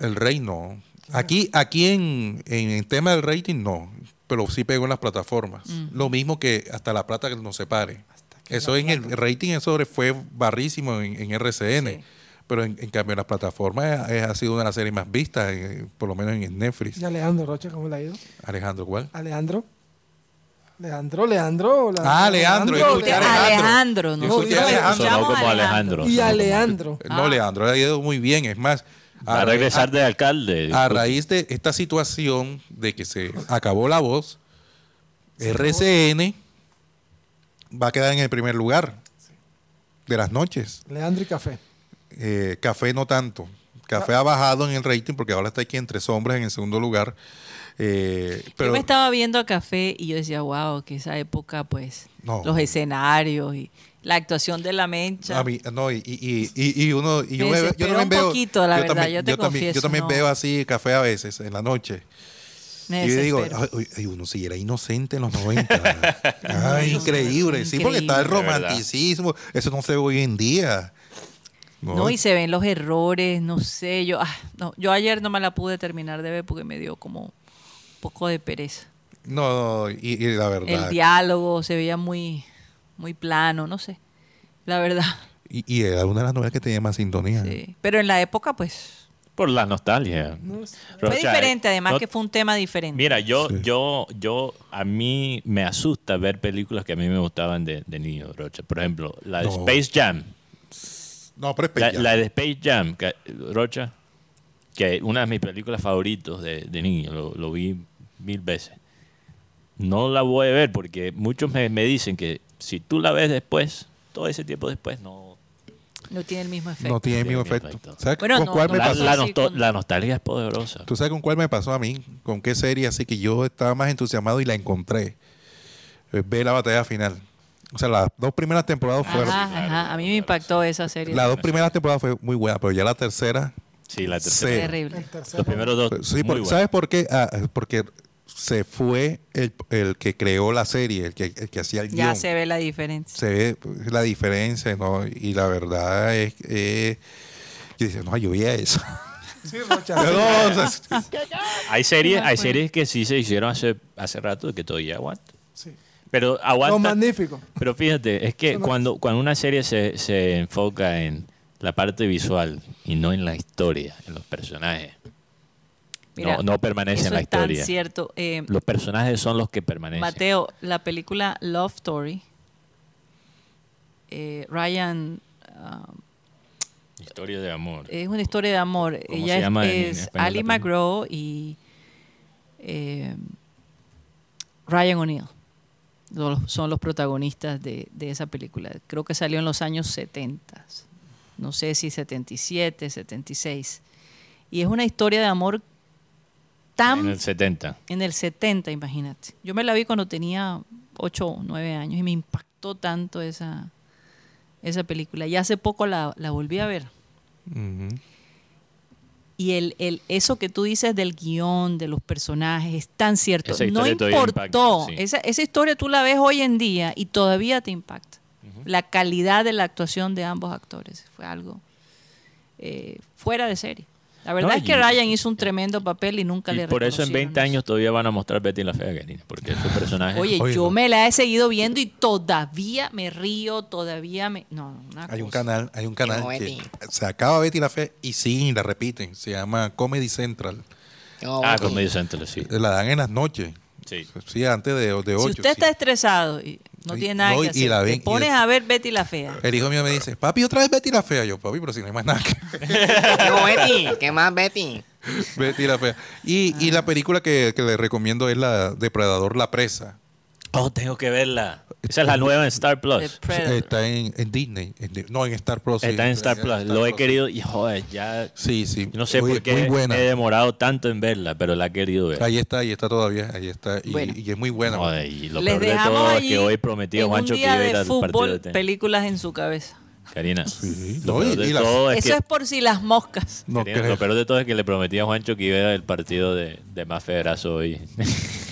Speaker 7: el rey no. Aquí, aquí en, en el tema del rating no, pero sí pegó en las plataformas. Lo mismo que hasta la plata que nos separe. Eso en el rating eso fue barrísimo en, en RCN.
Speaker 6: Sí.
Speaker 7: Pero en, en cambio en las plataformas eh, ha sido una de las series más vistas, eh, por lo menos en Netflix.
Speaker 4: Y Alejandro Rocha, ¿cómo le ha ido?
Speaker 7: Alejandro, ¿cuál?
Speaker 4: Alejandro. Leandro, Leandro. o la-
Speaker 7: Ah, Leandro, yo escuché
Speaker 4: Leandro.
Speaker 7: Alejandro.
Speaker 6: Alejandro,
Speaker 7: Yo
Speaker 6: ¿no?
Speaker 7: escuché
Speaker 6: Nosotros
Speaker 7: Alejandro.
Speaker 5: Sonó
Speaker 6: escuchamos
Speaker 5: como
Speaker 6: a
Speaker 5: Alejandro.
Speaker 4: Y
Speaker 5: sonó como-
Speaker 4: Alejandro.
Speaker 7: No,
Speaker 6: Ah.
Speaker 7: Leandro, le ha ido muy bien. Es más,
Speaker 5: Va a
Speaker 7: raíz-
Speaker 5: regresar de alcalde.
Speaker 7: a raíz de esta situación de que se acabó la voz, RCN va a quedar en el primer lugar de las noches.
Speaker 4: Leandro y Café.
Speaker 7: Eh, café no tanto. Café ha bajado en el rating porque ahora está aquí entre sombras en el segundo lugar. Eh,
Speaker 6: Yo
Speaker 7: pero
Speaker 6: me estaba viendo a café y yo decía, wow, que esa época, pues,
Speaker 7: No.
Speaker 6: los escenarios y la actuación de la mencha.
Speaker 7: a mí- no, y, y- y- y uno y yo,
Speaker 6: Me
Speaker 7: me- yo
Speaker 6: desesperó
Speaker 7: también
Speaker 6: un
Speaker 7: veo
Speaker 6: poquito, la verdad, yo te
Speaker 7: también,
Speaker 6: confieso,
Speaker 7: también
Speaker 6: no.
Speaker 7: veo así café a veces en la noche
Speaker 6: Me
Speaker 7: y yo digo,
Speaker 6: desespero.
Speaker 7: ay, ay, ay, uno si era inocente en los 90. Ay,
Speaker 6: No,
Speaker 7: increíble. Sí, porque
Speaker 5: increíble.
Speaker 7: está el
Speaker 5: De verdad.
Speaker 7: romanticismo. Eso no se ve hoy en día. No,
Speaker 6: No, y se ven los errores, no sé, yo, ah, no, yo ayer no me la pude terminar de ver porque me dio como un poco de pereza.
Speaker 7: no, no, y, y la verdad.
Speaker 6: El diálogo se veía muy, muy plano, no sé, la verdad.
Speaker 7: Y, y era una de las novelas que tenía más sintonía.
Speaker 6: sí. Pero en la época, pues,
Speaker 5: Por la nostalgia.
Speaker 6: fue diferente, además que
Speaker 5: fue
Speaker 6: fue un tema diferente.
Speaker 5: Mira, yo, yo, yo, a mí me asusta ver películas que a mí me gustaban de, de niño, Rocha. Por ejemplo, la de
Speaker 7: No.
Speaker 5: Space Jam.
Speaker 7: No, pero
Speaker 5: La,
Speaker 7: espera.
Speaker 5: la de Space Jam, que- Rocha, que es una de mis películas favoritos de, de niño, lo, lo vi mil veces. No la voy a ver porque muchos me, me dicen que si tú la ves después, todo ese tiempo después, no.
Speaker 6: No tiene el mismo efecto.
Speaker 7: no tiene el mismo
Speaker 5: Tiene el
Speaker 7: efecto.
Speaker 5: mismo efecto.
Speaker 7: ¿Sabes
Speaker 6: Bueno,
Speaker 7: con
Speaker 6: no,
Speaker 7: cuál
Speaker 6: no
Speaker 7: me
Speaker 5: La,
Speaker 6: pasa?
Speaker 7: pasó?
Speaker 5: la
Speaker 6: Sí,
Speaker 5: nosto-
Speaker 6: con-
Speaker 5: la nostalgia es poderosa.
Speaker 7: ¿Tú sabes con cuál me pasó a mí? ¿Con qué serie? Así que yo estaba más entusiasmado y la encontré. Eh, Ve la batalla final. O sea, las dos primeras temporadas fueron.
Speaker 6: Ajá, ajá, a mí me impactó esa serie.
Speaker 7: Las dos primeras temporadas fue muy buena, pero ya la tercera.
Speaker 5: Sí, la
Speaker 7: Sí.
Speaker 5: tercera.
Speaker 6: Terrible.
Speaker 5: Los primeros dos.
Speaker 7: pues, Sí,
Speaker 5: muy
Speaker 7: porque-
Speaker 5: buenos.
Speaker 7: ¿sabes por qué? Ah, porque se fue el, el que creó la serie, el que, el que hacía el
Speaker 6: Ya
Speaker 7: guión.
Speaker 6: se ve la diferencia.
Speaker 7: se ve pues, la diferencia, ¿no? Y la verdad es que yo dice, no, yo veía eso.
Speaker 4: Sí, Rocha,
Speaker 7: No,
Speaker 4: sí.
Speaker 7: o sea, sí.
Speaker 5: Hay series, hay
Speaker 6: bueno.
Speaker 5: series que sí se hicieron hace, hace rato y que todavía aguantan.
Speaker 4: Sí.
Speaker 5: Pero
Speaker 4: Los
Speaker 5: aguantan
Speaker 4: magníficos.
Speaker 5: Pero fíjate, es que cuando, cuando una serie se, se enfoca en la parte visual y no en la historia, en los personajes,
Speaker 6: Mira,
Speaker 5: no, no permanece
Speaker 6: Eso
Speaker 5: en la
Speaker 6: es tan
Speaker 5: historia.
Speaker 6: cierto. Eh,
Speaker 5: Los personajes son los que permanecen.
Speaker 6: Mateo, la película Love Story, eh, Ryan ah,
Speaker 5: Historia de amor.
Speaker 6: es una historia de amor.
Speaker 5: ¿Cómo
Speaker 6: Ella
Speaker 5: se
Speaker 6: es-
Speaker 5: llama en
Speaker 6: es,
Speaker 5: español la
Speaker 6: Ali
Speaker 5: película?
Speaker 6: McGraw y eh, Ryan O'Neill. Los- Son los protagonistas de, de esa película. Creo que salió en los años 70. No sé si 77, 76. Y es una historia de amor tan
Speaker 5: en el 70.
Speaker 6: en el 70, imagínate. Yo me la vi cuando tenía 8 o 9 años y me impactó tanto esa, esa película. Y hace poco la, la volví a ver. Y el, el, eso que tú dices del guión, de los personajes, es tan cierto.
Speaker 5: Esa
Speaker 6: no
Speaker 5: historia todavía
Speaker 6: importó.
Speaker 5: impacta, sí.
Speaker 6: esa, esa historia tú la ves hoy en día y todavía te impacta. La calidad de la actuación de ambos actores fue algo eh, fuera de serie. La verdad
Speaker 5: No,
Speaker 6: es que
Speaker 5: y-
Speaker 6: Ryan hizo un tremendo papel y nunca
Speaker 5: Y
Speaker 6: le
Speaker 5: por eso en 20
Speaker 6: reconocieron eso.
Speaker 5: años todavía van a mostrar Betty la Fea, Karina, porque es su personaje.
Speaker 6: Oye,
Speaker 7: Oye,
Speaker 6: yo
Speaker 7: no.
Speaker 6: me la he seguido viendo y todavía me río, todavía me. No, no, una
Speaker 7: Hay un
Speaker 6: cosa.
Speaker 7: canal, hay un canal que se acaba Betty la Fe y sí, la repiten. Se llama Comedy Central.
Speaker 5: ah, con Medio Central, sí.
Speaker 7: La dan en las noches.
Speaker 5: Sí.
Speaker 7: Sí, antes de, de 8.
Speaker 6: Si usted está estresado y no
Speaker 7: Y-
Speaker 6: tiene nada
Speaker 7: no, y-
Speaker 6: que
Speaker 7: y
Speaker 6: hacer,
Speaker 7: la
Speaker 6: te
Speaker 7: ven y-
Speaker 6: pones a ver Betty la Fea.
Speaker 7: El hijo mío me dice, papi, otra vez Betty la Fea. Yo, papi, pero si no hay más nada que
Speaker 9: No, Betty, ¿qué más, Betty?
Speaker 7: Betty la Fea. Y, y
Speaker 6: Ah.
Speaker 7: la película que, que le recomiendo es la Depredador La Presa.
Speaker 5: Oh, tengo que verla. Esa es la nueva en Star
Speaker 6: The
Speaker 5: Plus.
Speaker 6: Predator.
Speaker 7: Está en, en Disney. en Di- no, en Star Plus. sí.
Speaker 5: Está en Star Plus. Lo he
Speaker 7: Plus.
Speaker 5: querido y joder, ya
Speaker 7: Sí, sí.
Speaker 5: no sé
Speaker 7: Oye,
Speaker 5: por qué
Speaker 7: Muy buena.
Speaker 5: he demorado tanto en verla, pero la he querido ver.
Speaker 7: Ahí está, ahí está todavía. Ahí está. Y,
Speaker 6: Bueno.
Speaker 7: y es muy buena.
Speaker 5: Joder, y lo
Speaker 6: Les
Speaker 5: peor de todo
Speaker 6: dejamos
Speaker 5: es
Speaker 6: allí.
Speaker 5: que hoy prometí a
Speaker 6: en
Speaker 5: Juancho
Speaker 6: un
Speaker 5: que iba
Speaker 6: día
Speaker 5: a ir
Speaker 6: de
Speaker 5: al partido de
Speaker 6: fútbol,
Speaker 5: tenis.
Speaker 6: películas en su cabeza.
Speaker 5: Karina, lo
Speaker 7: No, y-
Speaker 5: peor de
Speaker 7: y las-
Speaker 5: todo es
Speaker 6: eso
Speaker 5: que-
Speaker 6: es por si las moscas.
Speaker 7: No
Speaker 5: Karina,
Speaker 7: creo.
Speaker 5: lo peor de todo es que le prometí a Juancho que iba al partido de, de más federazo hoy.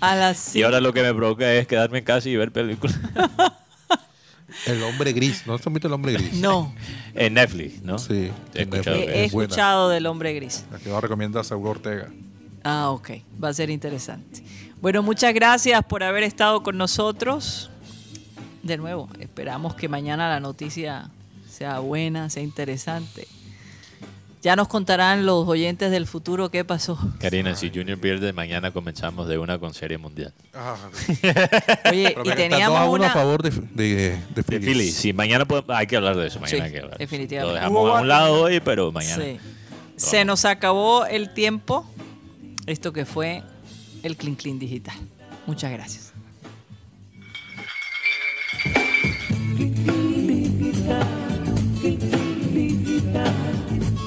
Speaker 6: A las
Speaker 5: Y
Speaker 6: cinco.
Speaker 5: ahora lo que me provoca es quedarme en casa y ver películas
Speaker 7: El hombre gris. ¿No has visto el hombre gris?
Speaker 6: No,
Speaker 5: en Netflix, ¿no?
Speaker 7: Sí.
Speaker 5: He escuchado
Speaker 6: he,
Speaker 5: que-
Speaker 6: he
Speaker 7: es buena.
Speaker 6: escuchado del hombre gris.
Speaker 7: La que nos recomienda Saúl Ortega.
Speaker 6: Ah, ok. Va a ser interesante. Bueno, muchas gracias por haber estado con nosotros. De nuevo, esperamos que mañana la noticia sea buena, sea interesante. Ya nos contarán los oyentes del futuro qué pasó.
Speaker 5: Karina, si Junior pierde, mañana comenzamos de una con Serie Mundial.
Speaker 6: Oye, y
Speaker 7: a
Speaker 6: teníamos
Speaker 7: uno a
Speaker 6: una...
Speaker 7: favor de, de, de
Speaker 5: De
Speaker 7: Phillies.
Speaker 5: Philly, sí, mañana podemos- hay que hablar de eso. Mañana
Speaker 6: Sí,
Speaker 5: hay que hablar.
Speaker 6: definitivamente.
Speaker 5: Lo dejamos a un lado hoy, pero mañana.
Speaker 6: Sí. Se nos acabó el tiempo. Esto que fue el Clean Clean Digital. Muchas gracias.